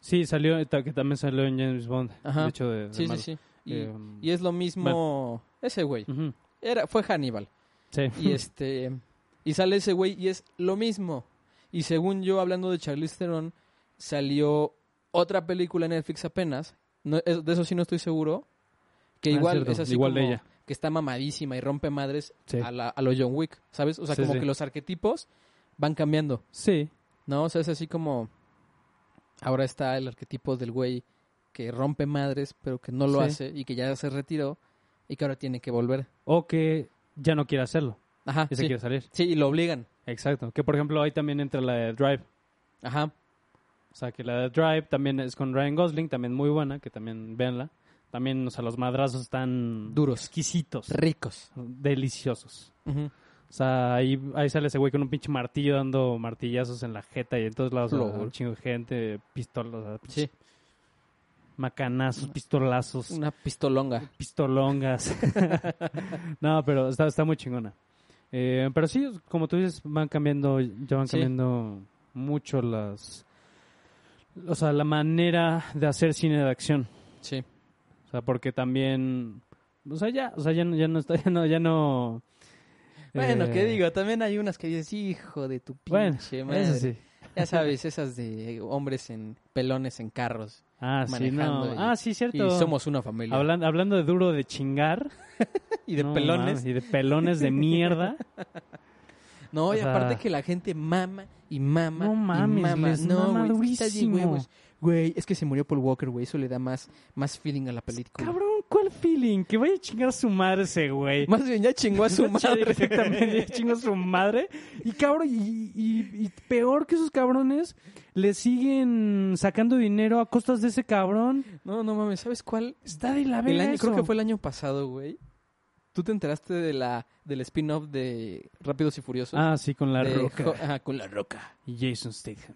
S1: Sí, salió, eh, ta- que también salió en James Bond,
S2: Ajá.
S1: de hecho, de, de
S2: Sí, sí,
S1: malo.
S2: sí. Y,
S1: Eh,
S2: y es lo mismo ese güey.
S1: Ujú,
S2: Era, fue Hannibal.
S1: Sí.
S2: Y este y sale ese güey y es lo mismo. Y según yo, hablando de Charlize Theron, salió otra película en Netflix apenas. No, es- de eso sí no estoy seguro. Que
S1: Ah, es
S2: igual es,
S1: cierto,
S2: así
S1: igual de
S2: como
S1: ella.
S2: que está mamadísima y rompe madres
S1: Sí.
S2: a, la, a lo John Wick, ¿sabes? O sea,
S1: Sí,
S2: como
S1: sí.
S2: que los arquetipos van cambiando,
S1: Sí,
S2: ¿no? O sea, es así como ahora está el arquetipo del güey que rompe madres, pero que no lo
S1: Sí.
S2: hace y que ya se retiró y que ahora tiene que volver.
S1: o que ya no quiere hacerlo
S2: Ajá,
S1: y se
S2: sí.
S1: quiere salir.
S2: Sí, y lo obligan.
S1: Exacto. Que por ejemplo ahí también entra la de Drive.
S2: Ajá.
S1: O sea, que la de Drive también es con Ryan Gosling, también muy buena, que también véanla. También, o sea, los madrazos están
S2: Duros.
S1: exquisitos,
S2: Ricos.
S1: deliciosos. O sea, ahí, ahí sale ese güey con un pinche martillo dando martillazos en la jeta y en todos lados, o sea,
S2: Lol.
S1: un chingo de gente, pistolas, o sea,
S2: Sí.
S1: macanazos, pistolazos,
S2: Una pistolonga.
S1: pistolongas. no, pero está, está muy chingona. Eh, pero sí, como tú dices, van cambiando, ya van
S2: Sí.
S1: cambiando mucho las... O sea, la manera de hacer cine de acción.
S2: Sí.
S1: O sea, porque también... O sea, ya, o sea, ya, no- ya no está, ya no... Ya no
S2: Bueno,
S1: eh,
S2: ¿qué digo? También hay unas que dices, hijo de tu
S1: Bueno,
S2: pinche madre.
S1: eso sí.
S2: Ya sabes, esas de hombres en pelones en carros.
S1: Ah, sí, no.
S2: manejando y-
S1: ah, sí, cierto.
S2: Y somos una familia.
S1: Hablan- hablando de duro de chingar.
S2: y de
S1: No,
S2: pelones.
S1: mames, y de pelones de mierda.
S2: No,
S1: O
S2: y
S1: sea-
S2: aparte que la gente mama y mama.
S1: No mames,
S2: y mama.
S1: les
S2: no,
S1: mama
S2: güey, está de
S1: durísimo.
S2: huevos. Güey, es que se murió Paul Walker, güey. Eso le da más, más feeling a la película.
S1: Cabrón, ¿cuál feeling? Que vaya a chingar a su madre ese güey.
S2: Más bien ya chingó a su madre.
S1: Exactamente, ya chingó a su madre. Y cabrón, y, y- y peor que esos cabrones, le siguen sacando dinero a costas de ese cabrón.
S2: No, no mames, ¿sabes cuál?
S1: Está de la
S2: El
S1: verga
S2: año, creo
S1: eso.
S2: que fue el año pasado, güey. ¿Tú te enteraste de la, del spin-off de Rápidos y Furiosos?
S1: Ah, sí, con la
S2: De
S1: roca.
S2: Jo- ajá, con La Roca.
S1: Y Jason Statham.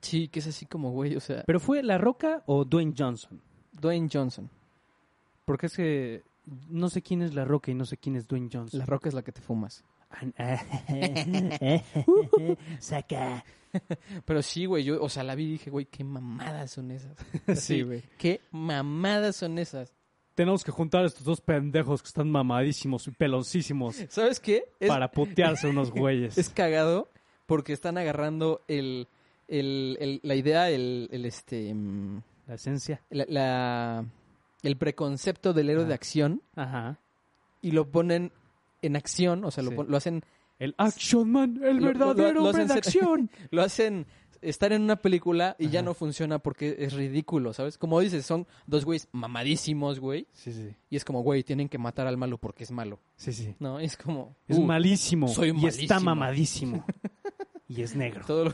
S2: Sí, que es así como, güey, o sea,
S1: ¿Pero fue La Roca o Dwayne Johnson?
S2: Dwayne Johnson.
S1: Porque es que no sé quién es La Roca y no sé quién es Dwayne Johnson.
S2: La Roca es la que te fumas.
S1: Saca.
S2: Pero sí, güey, yo, o sea, la vi y dije, güey, qué mamadas son esas.
S1: Sí, güey.
S2: Qué mamadas son esas.
S1: Tenemos que juntar a estos dos pendejos que están mamadísimos y peloncísimos
S2: ¿Sabes qué? Es,
S1: para putearse unos güeyes.
S2: es cagado porque están agarrando el, el, el- la idea, el, el este, mm,
S1: La esencia.
S2: la, la- el preconcepto del héroe
S1: Ah.
S2: de acción
S1: Ajá.
S2: y lo ponen en acción, o sea, lo,
S1: Sí.
S2: pon- lo hacen,
S1: El Action Man, el
S2: Lo- lo-
S1: verdadero
S2: lo
S1: hombre
S2: hacen
S1: de
S2: ser-
S1: acción.
S2: lo hacen estar en una película y ya
S1: Ajá.
S2: no funciona porque es ridículo, ¿sabes? Como dices, son dos güeyes mamadísimos, güey,
S1: Sí, sí.
S2: y es como, güey, tienen que matar al malo porque es malo,
S1: Sí, sí.
S2: ¿no? Es como,
S1: Es
S2: uh,
S1: malísimo.
S2: soy
S1: y está
S2: malísimo.
S1: mamadísimo. y es negro.
S2: todo lo-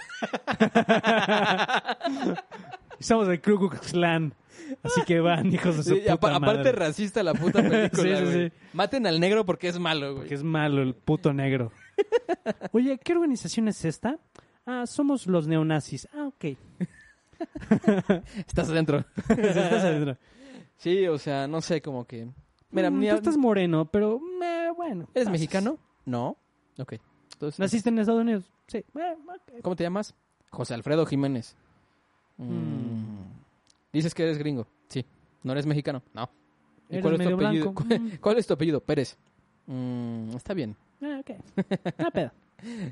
S1: Estamos en Ku Clan. Así que van, hijos de su
S2: Sí,
S1: puta
S2: apa- aparte
S1: madre.
S2: racista la puta película,
S1: Sí, sí,
S2: güey.
S1: sí.
S2: Maten al negro porque es malo, güey.
S1: Porque es malo el puto negro. Oye, ¿qué organización es esta? Ah, somos los neonazis. Ah, ok. Pues
S2: Estás adentro.
S1: Estás adentro.
S2: Sí, o sea, no sé, como que... Mira,
S1: Mm,
S2: ni
S1: tú
S2: a-
S1: estás moreno, pero eh, bueno.
S2: ¿Eres
S1: pasas.
S2: mexicano? No. Ok. Entonces,
S1: ¿Naciste en Estados Unidos? Sí. Eh, ok.
S2: ¿Cómo te llamas? José Alfredo Jiménez. Mm. Dices que eres gringo. Sí. ¿No eres mexicano? No. ¿Y
S1: Eres
S2: cuál es tu
S1: medio
S2: apellido?
S1: blanco. Mm,
S2: ¿Cuál es tu apellido? Pérez. Mm, está bien.
S1: eh, ok. No hay pedo.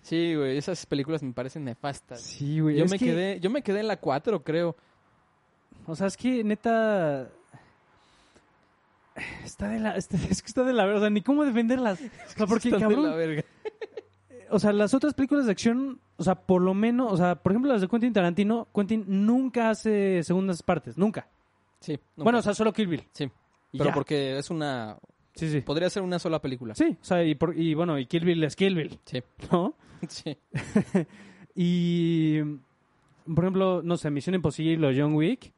S2: Sí, güey, esas películas me parecen nefastas.
S1: Sí, güey.
S2: Yo
S1: es
S2: me
S1: que-
S2: quedé, yo me quedé en la 4, creo.
S1: O sea, es que neta... Está de la... está- es que está de la verga. O sea, ni cómo defenderlas. O sea, porque,
S2: Están de la
S1: cabrón,
S2: verga.
S1: o sea, las otras películas de acción, o sea, por lo menos, o sea, por ejemplo las de Quentin Tarantino, Quentin nunca hace segundas partes, nunca.
S2: Sí. nunca.
S1: Bueno, o sea, solo Kill Bill.
S2: sí.
S1: y
S2: Pero
S1: ya.
S2: porque es una
S1: Sí, sí.
S2: podría ser una sola película.
S1: Sí, o sea, y, por- y bueno, y Kill Bill es Kill Bill,
S2: Sí.
S1: ¿no?
S2: Sí.
S1: Y, por ejemplo, no sé, Misión Imposible o John Wick,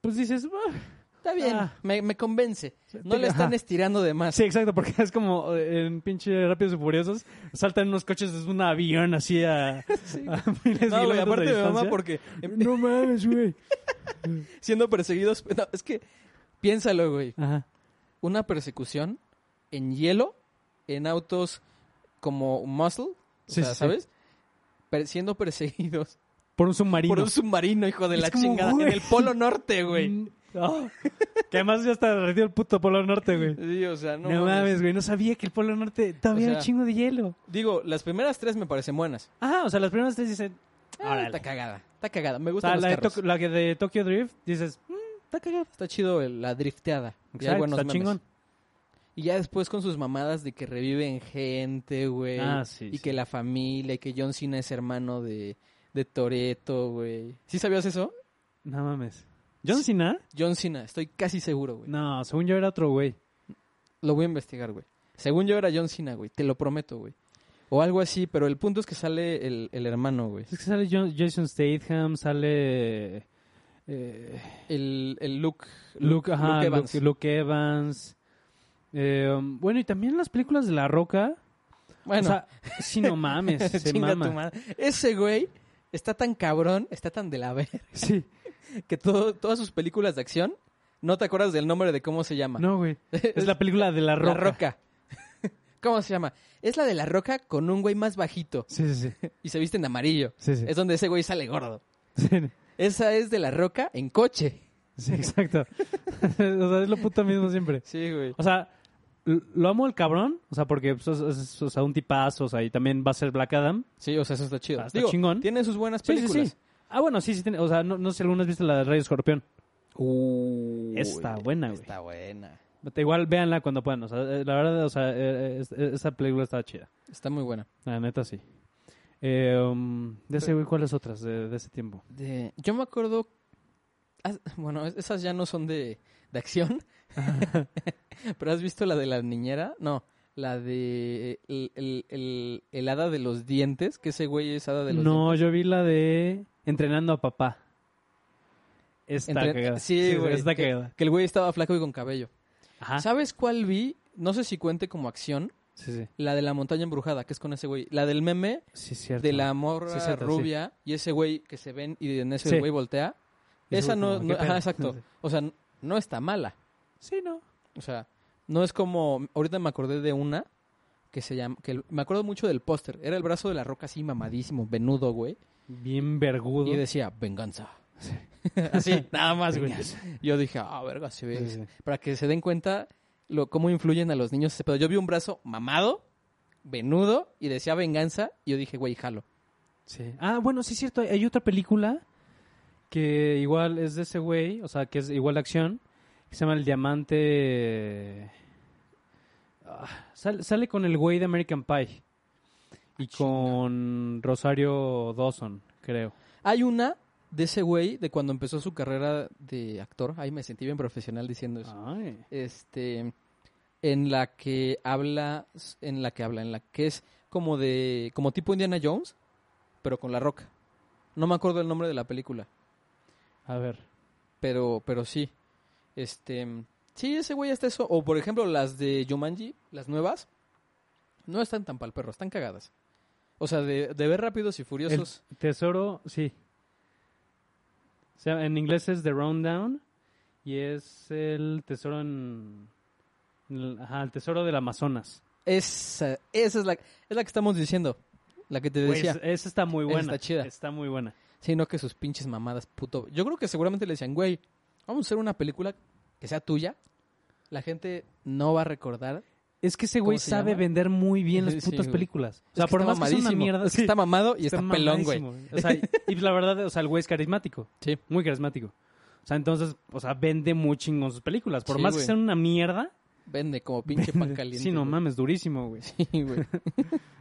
S1: pues dices, "Ah".
S2: Está bien,
S1: Ah.
S2: me, me convence. No
S1: te-
S2: le están
S1: ajá.
S2: estirando de más.
S1: sí, exacto, porque es como eh, en pinche Rápidos y Furiosos, saltan unos coches desde un avión así a, a miles de
S2: No, güey,
S1: kilómetros
S2: aparte
S1: de
S2: me
S1: distancia.
S2: mama porque em-
S1: No mames, güey.
S2: siendo perseguidos. no, es que piénsalo, güey.
S1: Ajá.
S2: Una persecución en hielo, en autos como muscle, o
S1: Sí,
S2: sea,
S1: sí, sí.
S2: ¿sabes? Per- siendo perseguidos
S1: Por un submarino.
S2: por un submarino, hijo de
S1: Es
S2: la
S1: como,
S2: chingada,
S1: güey.
S2: en el Polo Norte, güey.
S1: Mm, ah, que además ya está derretido el puto Polo Norte, güey.
S2: Sí, o sea, no,
S1: No,
S2: mames.
S1: mames, güey. No sabía que el Polo Norte todavía
S2: O
S1: era
S2: sea-
S1: chingo de hielo.
S2: Digo, las primeras tres me parecen buenas.
S1: Ajá, o sea, las primeras tres dicen.
S2: Ah,
S1: "Órale".
S2: está cagada, está cagada. Me
S1: O
S2: gustan
S1: sea,
S2: los
S1: la de,
S2: carros.
S1: Tok- la que de Tokyo Drift dices, "Mm, está cagado.
S2: Está chido el- la drifteada. Y hay
S1: Exacto,
S2: buenos
S1: está
S2: memes.
S1: chingón.
S2: Y ya después con sus mamadas de que reviven gente, güey.
S1: Ah, sí,
S2: Y
S1: sí.
S2: que la familia, y que John Cena es hermano de, de Toreto, güey. ¿Sí sabías eso?
S1: No mames. ¿John Cena?
S2: John Cena, estoy casi seguro, güey.
S1: No, según yo era otro güey.
S2: Lo voy a investigar, güey. Según yo era John Cena, güey. Te lo prometo, güey. O algo así, pero el punto es que sale el, el hermano, güey.
S1: Es que sale John- Jason Statham, sale. eh,
S2: El, el Luke,
S1: Luke, ajá, Luke
S2: Evans.
S1: Luke, Evans. Eh, um, bueno, y también las películas de La Roca.
S2: Bueno,
S1: O sea, sí, no mames. se
S2: chinga tu
S1: mama.
S2: madre. Ese güey está tan cabrón, está tan de la verga,
S1: Sí.
S2: que todo, todas sus películas de acción ¿No te acuerdas del nombre de cómo se llama?
S1: No, güey. Es la película de la
S2: La
S1: roca.
S2: Roca. ¿Cómo se llama? Es la de La Roca con un güey más bajito
S1: Sí, sí, sí.
S2: y se viste en amarillo.
S1: Sí, sí.
S2: Es donde ese güey sale gordo.
S1: Sí,
S2: Esa es de La Roca en coche.
S1: sí, exacto. o sea, es lo puto mismo siempre.
S2: Sí, güey.
S1: O sea, l- lo amo el cabrón. O sea, porque pues, es, es- o sea, un tipazo. O sea, y también va a ser Black Adam.
S2: Sí, o sea, eso está chido.
S1: Ah, está
S2: Digo,
S1: chingón.
S2: Tiene sus buenas
S1: Sí, sí,
S2: películas.
S1: sí. Ah, bueno, sí, sí. Tiene, o sea, no, no sé si alguna vez viste la de Rey Escorpión.
S2: Uy,
S1: Está buena, Ah, güey.
S2: Uh, Está buena.
S1: Pero Igual véanla cuando puedan. O sea, eh, la verdad, o sea, eh, eh, es- eh, esa película está chida.
S2: Está muy buena.
S1: La neta, sí. Eh, um, de ese, güey, ¿cuáles otras de, de ese tiempo?
S2: De- Yo me acuerdo... ah, Bueno, es- esas ya no son de, de acción. Pero ¿has visto la de la niñera? No, la de el, el- el- el hada de los dientes, que ese güey es hada de los
S1: No, yo vi la de Entrenando a Papá. Está
S2: Entre-
S1: cagada.
S2: Sí, güey.
S1: Está
S2: que,
S1: cagada. Ah.
S2: que el güey estaba flaco y con cabello.
S1: Ajá.
S2: ¿Sabes cuál vi? No sé si cuente como acción.
S1: Sí, sí.
S2: La de la montaña embrujada, que es con ese güey. La del meme
S1: Sí, cierto.
S2: de la morra
S1: Sí, cierto, sí.
S2: rubia y ese güey que se ven y en ese
S1: Sí.
S2: güey voltea.
S1: Y ese
S2: Esa
S1: güey
S2: no,
S1: como, ¿qué
S2: no- ajá,
S1: pedo?
S2: exacto. O sea, no está mala.
S1: Sí, no.
S2: O sea, no es como ahorita me acordé de una que se llama que el- me acuerdo mucho del póster, era el brazo de la roca así mamadísimo, venudo, güey,
S1: Bien vergudo.
S2: y decía venganza. así, nada más, güey. Yo dije, ah, verga, se ve.
S1: Sí, sí.
S2: Para que se den cuenta lo, cómo influyen a los niños ese pedo. Yo vi un brazo mamado, venudo, y decía venganza, y yo dije, güey, jalo.
S1: Sí. Ah, bueno, sí es cierto. Hay- Hay otra película que igual es de ese güey, o sea, que es igual de acción, que se llama El Diamante... Ah, sal- sale con el güey de American Pie
S2: Ah,
S1: y con Rosario Dawson, creo.
S2: Hay una de ese güey, de cuando empezó su carrera de actor, ahí me sentí bien profesional diciendo eso.
S1: Ay.
S2: Este, en la que habla, en la que habla, en la que es como de, como tipo Indiana Jones, pero con la roca. No me acuerdo el nombre de la película.
S1: A ver.
S2: pero pero sí este sí ese güey está eso o por ejemplo las de Jumanji las nuevas no están tan pal perro están cagadas o sea de, de ver rápidos y
S1: El
S2: furiosos
S1: tesoro, sí. O sea, en inglés es The Down y es el tesoro en... en el- Ajá, el tesoro del Amazonas.
S2: esa esa es la es la que estamos diciendo la que te
S1: Pues,
S2: decía
S1: esa está muy
S2: Esa
S1: buena.
S2: está chida.
S1: muy buena.
S2: sino que sus pinches mamadas puto yo creo que seguramente le decían güey vamos a hacer una película que sea tuya la gente no va a recordar
S1: Es que ese
S2: ¿Cómo
S1: güey
S2: se
S1: sabe
S2: llama?
S1: vender muy bien
S2: Sí,
S1: las
S2: sí,
S1: putas
S2: güey.
S1: películas. O
S2: Es
S1: sea,
S2: que
S1: por
S2: está
S1: más que es una
S2: mamadísimo,
S1: mierda.
S2: es que
S1: sí,
S2: está mamado y está, pelón güey
S1: mamadísimo. O sea, y- y la verdad, o sea, el güey es carismático.
S2: sí
S1: Muy carismático. O sea, entonces, o sea, vende muy chingón sus películas. Por
S2: Sí,
S1: más
S2: güey.
S1: que sean una mierda.
S2: vende como pinche pan caliente
S1: sí, no
S2: güey.
S1: mames, durísimo, güey.
S2: sí güey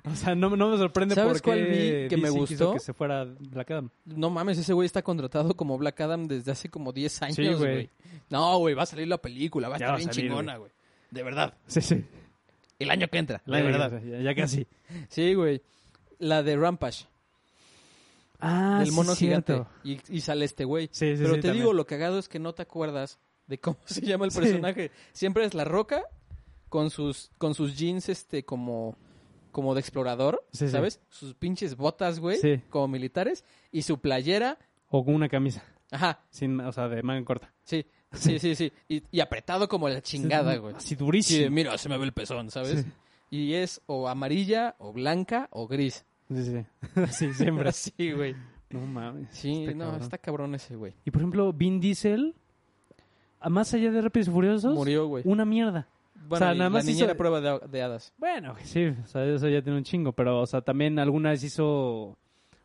S1: O sea, no, no me sorprende por
S2: ¿Sabes cuál
S1: qué
S2: vi que me
S1: DC quiso
S2: gustó?
S1: que se fuera Black Adam.
S2: No mames, ese güey está contratado como Black Adam desde hace como 10 años,
S1: Sí,
S2: güey.
S1: güey.
S2: No, güey, va a salir la película, va a
S1: Ya
S2: estar
S1: va a
S2: bien
S1: salir,
S2: chingona, güey. De verdad.
S1: Sí, sí.
S2: El año que entra,
S1: La
S2: de verdad.
S1: verdad. Ya, ya casi.
S2: Sí, güey. La de Rampage,
S1: Ah,
S2: del mono
S1: sí,
S2: gigante.
S1: cierto.
S2: Y, y sale este güey.
S1: Sí, sí,
S2: Pero
S1: sí,
S2: te
S1: también.
S2: digo, lo cagado es que no te acuerdas de cómo se llama el
S1: Sí.
S2: personaje. Siempre es la roca con sus, con sus jeans, este, como, como de explorador,
S1: Sí, sí.
S2: ¿sabes? Sus pinches botas, güey,
S1: Sí.
S2: como militares. Y su playera,
S1: O con una camisa.
S2: ajá,
S1: Sin, o sea, de manga corta.
S2: Sí, sí, sí, sí. Y, y apretado como la chingada, güey.
S1: Así
S2: Sí, de,
S1: durísimo.
S2: mira, se me ve el pezón, ¿sabes? Y es o amarilla, o blanca, o gris.
S1: Sí, sí. Así siempre.
S2: Sí, güey.
S1: No mames.
S2: Sí,
S1: está
S2: no,
S1: cabrón.
S2: está cabrón ese, güey.
S1: Y por ejemplo, Vin Diesel, a más allá de Rápidos y Furiosos,
S2: Murió, güey.
S1: una mierda.
S2: Bueno,
S1: sea,
S2: y
S1: nada más
S2: la niña
S1: hizo-
S2: era prueba de, de hadas.
S1: Bueno, güey, sí, o sea, eso ya tiene un chingo, pero, o sea, también alguna vez hizo.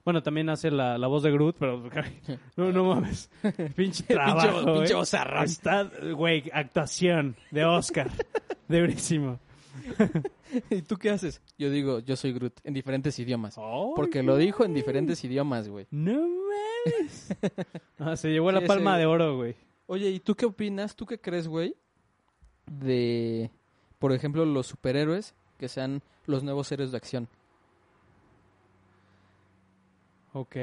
S1: Bueno, también hace la, la voz de Groot, pero. caray, No, no mames. Pinche trabajo.
S2: pinche, pinche
S1: eh.
S2: bozarrón.
S1: Está, güey, actuación de Oscar. de durísimo.
S2: ¿Y tú qué haces? Yo digo, yo soy Groot, en diferentes idiomas.
S1: Ay,
S2: Porque lo
S1: güey.
S2: dijo en diferentes idiomas, güey.
S1: No mames. Ah, se llevó
S2: Sí,
S1: la
S2: ese
S1: palma
S2: güey.
S1: de oro, güey.
S2: Oye, ¿y tú qué opinas? ¿Tú qué crees, güey? De, por ejemplo, los superhéroes que sean los nuevos héroes de acción.
S1: Ok.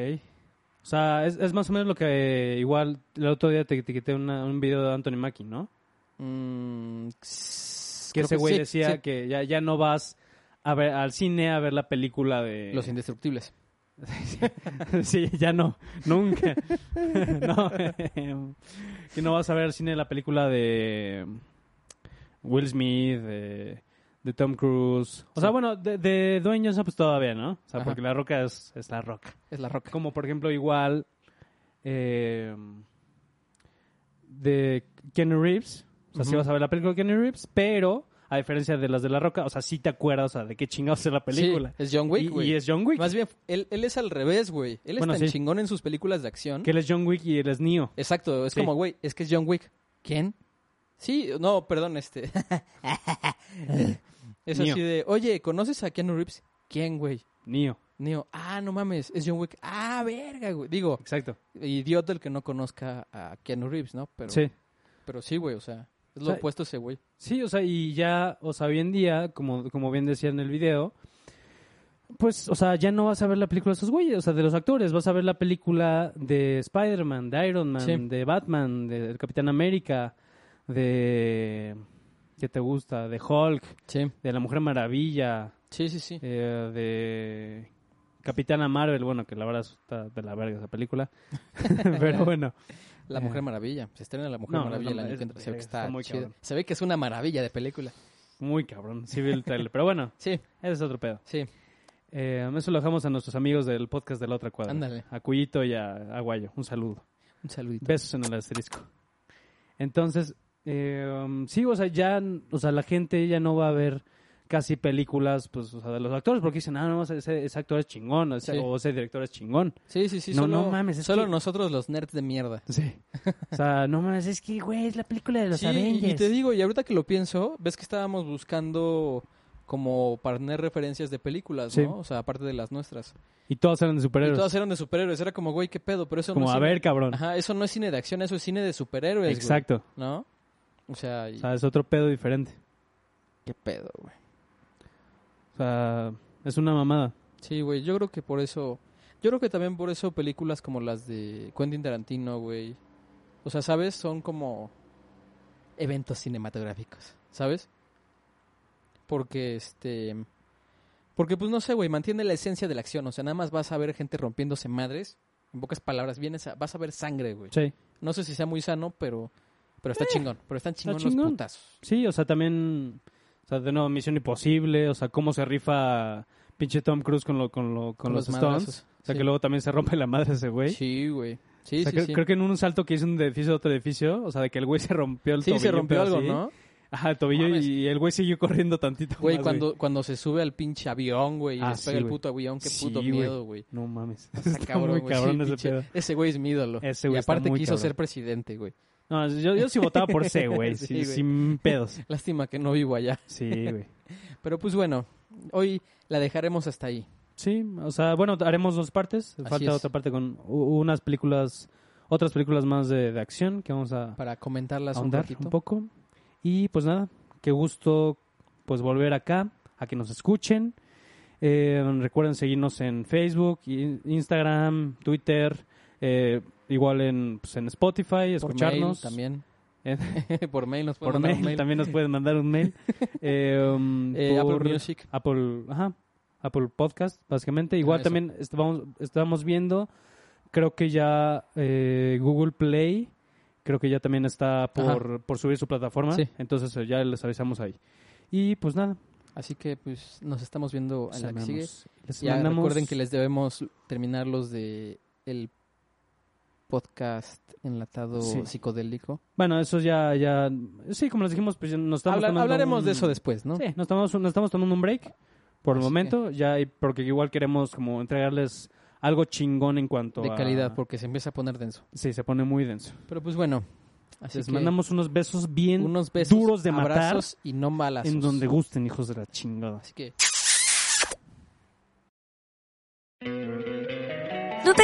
S1: O sea, es, es más o menos lo que eh, igual el otro día te etiqueté una- un video de Anthony Mackie, ¿no?
S2: Mm, s-
S1: Que
S2: creo
S1: ese güey
S2: sí,
S1: decía
S2: sí,
S1: que ya, ya no vas a ver al cine a ver la película de...
S2: los indestructibles.
S1: sí, ya no, nunca. no, em, que no vas a ver cine de la película de em, Will Smith, de, de Tom Cruise. O sea,
S2: Sí.
S1: bueno, de, de Dwayne Johnson pues todavía, ¿no? O sea,
S2: Ajá.
S1: porque La Roca es, es La Roca.
S2: Es la roca.
S1: Como por ejemplo igual em, de Kenny Reeves. O sea, sí
S2: Ujú.
S1: vas a ver la película de Kenny Reeves, pero a diferencia de las de La Roca, o sea, sí te acuerdas o sea, de qué chingados es la película.
S2: Sí, es John
S1: Y-
S2: Wick,
S1: y,
S2: güey.
S1: es John Wick.
S2: Más bien, él, él es al revés, güey. Él
S1: Bueno,
S2: es tan
S1: sí.
S2: chingón en sus películas de acción.
S1: Que él es John Wick y él es Neo.
S2: Exacto, es
S1: Sí.
S2: como, güey, es que es John Wick. ¿Quién? Sí, no, perdón, este. es
S1: Neo.
S2: así de, oye, ¿conoces a Keanu Reeves? ¿Quién, güey?
S1: Neo,
S2: Neo, ah, no mames, es John Wick. Ah, verga, güey. Digo,
S1: exacto.
S2: idiota el que no conozca a Keanu Reeves, ¿no? Pero
S1: Sí.
S2: pero sí, güey, o sea, es
S1: O
S2: lo
S1: sea,
S2: opuesto a ese güey.
S1: Sí, o sea, y ya, o sea, hoy en día, como, como bien decía en el video, pues, o sea, ya no vas a ver la película de esos güeyes, o sea, de los actores, vas a ver la película de Spider-Man, de Iron Man,
S2: Sí.
S1: de Batman, de- del Capitán América, de... ¿Qué te gusta? De Hulk,
S2: Sí,
S1: de La Mujer Maravilla,
S2: sí, sí, sí.
S1: eh, de Capitana Marvel, bueno, que la verdad está de la verga esa película, pero bueno.
S2: La
S1: eh.
S2: Mujer Maravilla. Se estrena La Mujer
S1: No, no,
S2: Maravilla
S1: no,
S2: el año
S1: es-
S2: que entra. Se ve que
S1: es-
S2: está,
S1: está muy
S2: chida.
S1: cabrón.
S2: Se ve que es una maravilla de película.
S1: Muy cabrón, sí vi el trailer. Pero bueno,
S2: Sí,
S1: ese es otro pedo.
S2: sí.
S1: Eh, eso lo dejamos a nuestros amigos del podcast de la otra cuadra.
S2: Ándale.
S1: A Cuyito y a Aguayo. Un saludo.
S2: Un saludito.
S1: Besos en el asterisco. Entonces, eh, um, sí, o sea, ya, n- o sea, la gente ya no va a ver casi películas, pues, o sea, de los actores, porque dicen, ah, no, ese, ese actor es chingón, o ese,
S2: Sí.
S1: o ese director es chingón.
S2: Sí, sí, sí.
S1: No,
S2: solo,
S1: no mames, es
S2: Solo
S1: que-
S2: nosotros los nerds de mierda.
S1: Sí. O sea, no mames, es que, güey, es la película de los
S2: Sí, y-
S1: Avengers.
S2: y te digo, y ahorita que lo pienso, ves que estábamos buscando como para tener referencias de películas,
S1: Sí.
S2: ¿no? O sea, aparte de las nuestras.
S1: Y todos eran de
S2: Y
S1: superhéroes.
S2: todas eran de superhéroes. Era como, güey, qué pedo, pero eso
S1: Como,
S2: no es
S1: a
S2: cine-
S1: ver, cabrón.
S2: Ajá, eso no es cine de acción, eso es cine de superhéroes, güey,
S1: Exacto.
S2: ¿No? O sea, y-
S1: O sea, es otro pedo diferente.
S2: qué pedo, güey.
S1: O sea, es una mamada.
S2: Sí, güey, yo creo que por eso... Yo creo que también por eso películas como las de Quentin Tarantino, güey. O sea, ¿sabes? Son como eventos cinematográficos, ¿sabes? Porque, este... Porque, pues, no sé, güey, mantiene la esencia de la acción. O sea, nada más vas a ver gente rompiéndose madres. En pocas palabras, vienes a- vas a ver sangre, güey.
S1: Sí. Eh,
S2: No sé si sea muy sano, pero... Pero está chingón. Pero están chingón, los
S1: chingón.
S2: putazos.
S1: Sí, o sea, también, o sea, de nuevo, Misión Imposible, o sea, cómo se rifa pinche Tom Cruise con, lo, con, lo, con, los, Stones.
S2: madrazos.
S1: O sea,
S2: Sí.
S1: que luego también se rompe la madre ese güey.
S2: Sí, güey. Sí,
S1: O sea,
S2: sí,
S1: creo,
S2: sí.
S1: creo que en un salto que hizo un edificio a otro edificio, o sea, de que el güey se rompió el
S2: Sí,
S1: tobillo.
S2: se
S1: pero
S2: rompió algo,
S1: así.
S2: ¿no?
S1: Ajá, el tobillo
S2: Mames.
S1: y el güey siguió corriendo tantito.
S2: Güey,
S1: más,
S2: cuando, cuando se sube al pinche avión, güey, y
S1: Ah,
S2: despega
S1: sí,
S2: el
S1: güey.
S2: puto avión, qué
S1: Sí,
S2: puto
S1: güey.
S2: miedo, güey.
S1: No mames.
S2: Está cabrón,
S1: muy
S2: güey.
S1: cabrón
S2: sí,
S1: ese
S2: pinche-
S1: pedo.
S2: ese güey es mi ídolo.
S1: Ese
S2: y
S1: güey está
S2: aparte
S1: muy
S2: quiso
S1: cabrón.
S2: ser presidente, güey.
S1: No, yo, yo sí votaba por C, güey,
S2: Sí,
S1: sí,
S2: güey.
S1: sin pedos.
S2: Lástima que no vivo allá.
S1: Sí, güey.
S2: Pero pues bueno, hoy la dejaremos hasta ahí.
S1: Sí, o sea, bueno, haremos dos partes.
S2: Así
S1: Falta
S2: es.
S1: otra parte con u- unas películas, otras películas más de, de acción que vamos a
S2: Para comentarlas un
S1: ahondar
S2: poquito.
S1: un poco. Y pues nada, qué gusto pues volver acá, a que nos escuchen. Eh, recuerden seguirnos en Facebook, i- Instagram, Twitter, eh, igual en, pues, en Spotify,
S2: Por
S1: escucharnos.
S2: mail
S1: Eh,
S2: también. por mail nos
S1: por
S2: pueden mandar
S1: mail,
S2: un mail.
S1: también nos pueden mandar un mail. Eh, um,
S2: Eh, Apple
S1: por-
S2: Music.
S1: Apple, ajá, Apple Podcast, básicamente. Igual
S2: eso.
S1: también estábamos, estábamos viendo, creo que ya eh, Google Play, creo que ya también está por, por subir su plataforma.
S2: Sí.
S1: Entonces eh, ya les avisamos ahí. Y pues nada,
S2: Así que pues nos estamos viendo
S1: les
S2: en la que sigue.
S1: amamos. Les
S2: Ya
S1: mandamos-
S2: recuerden que les debemos terminar los de el podcast enlatado
S1: Sí.
S2: psicodélico.
S1: Bueno, eso ya, ya, sí, como les dijimos, pues ya nos estamos
S2: Habla-
S1: tomando
S2: hablaremos
S1: un-
S2: de eso después, ¿no?
S1: Sí, nos estamos, nos estamos tomando un break por el
S2: Así
S1: momento, ya, y- porque igual queremos como entregarles algo chingón en cuanto
S2: De
S1: a-
S2: calidad, porque se empieza a poner denso.
S1: Sí, se pone muy denso.
S2: Pero pues bueno, así
S1: Les
S2: que
S1: mandamos unos besos bien
S2: unos besos,
S1: duros de matar
S2: abrazos y no balazos.
S1: en donde gusten, hijos de la chingada.
S2: Así que
S4: ¿No te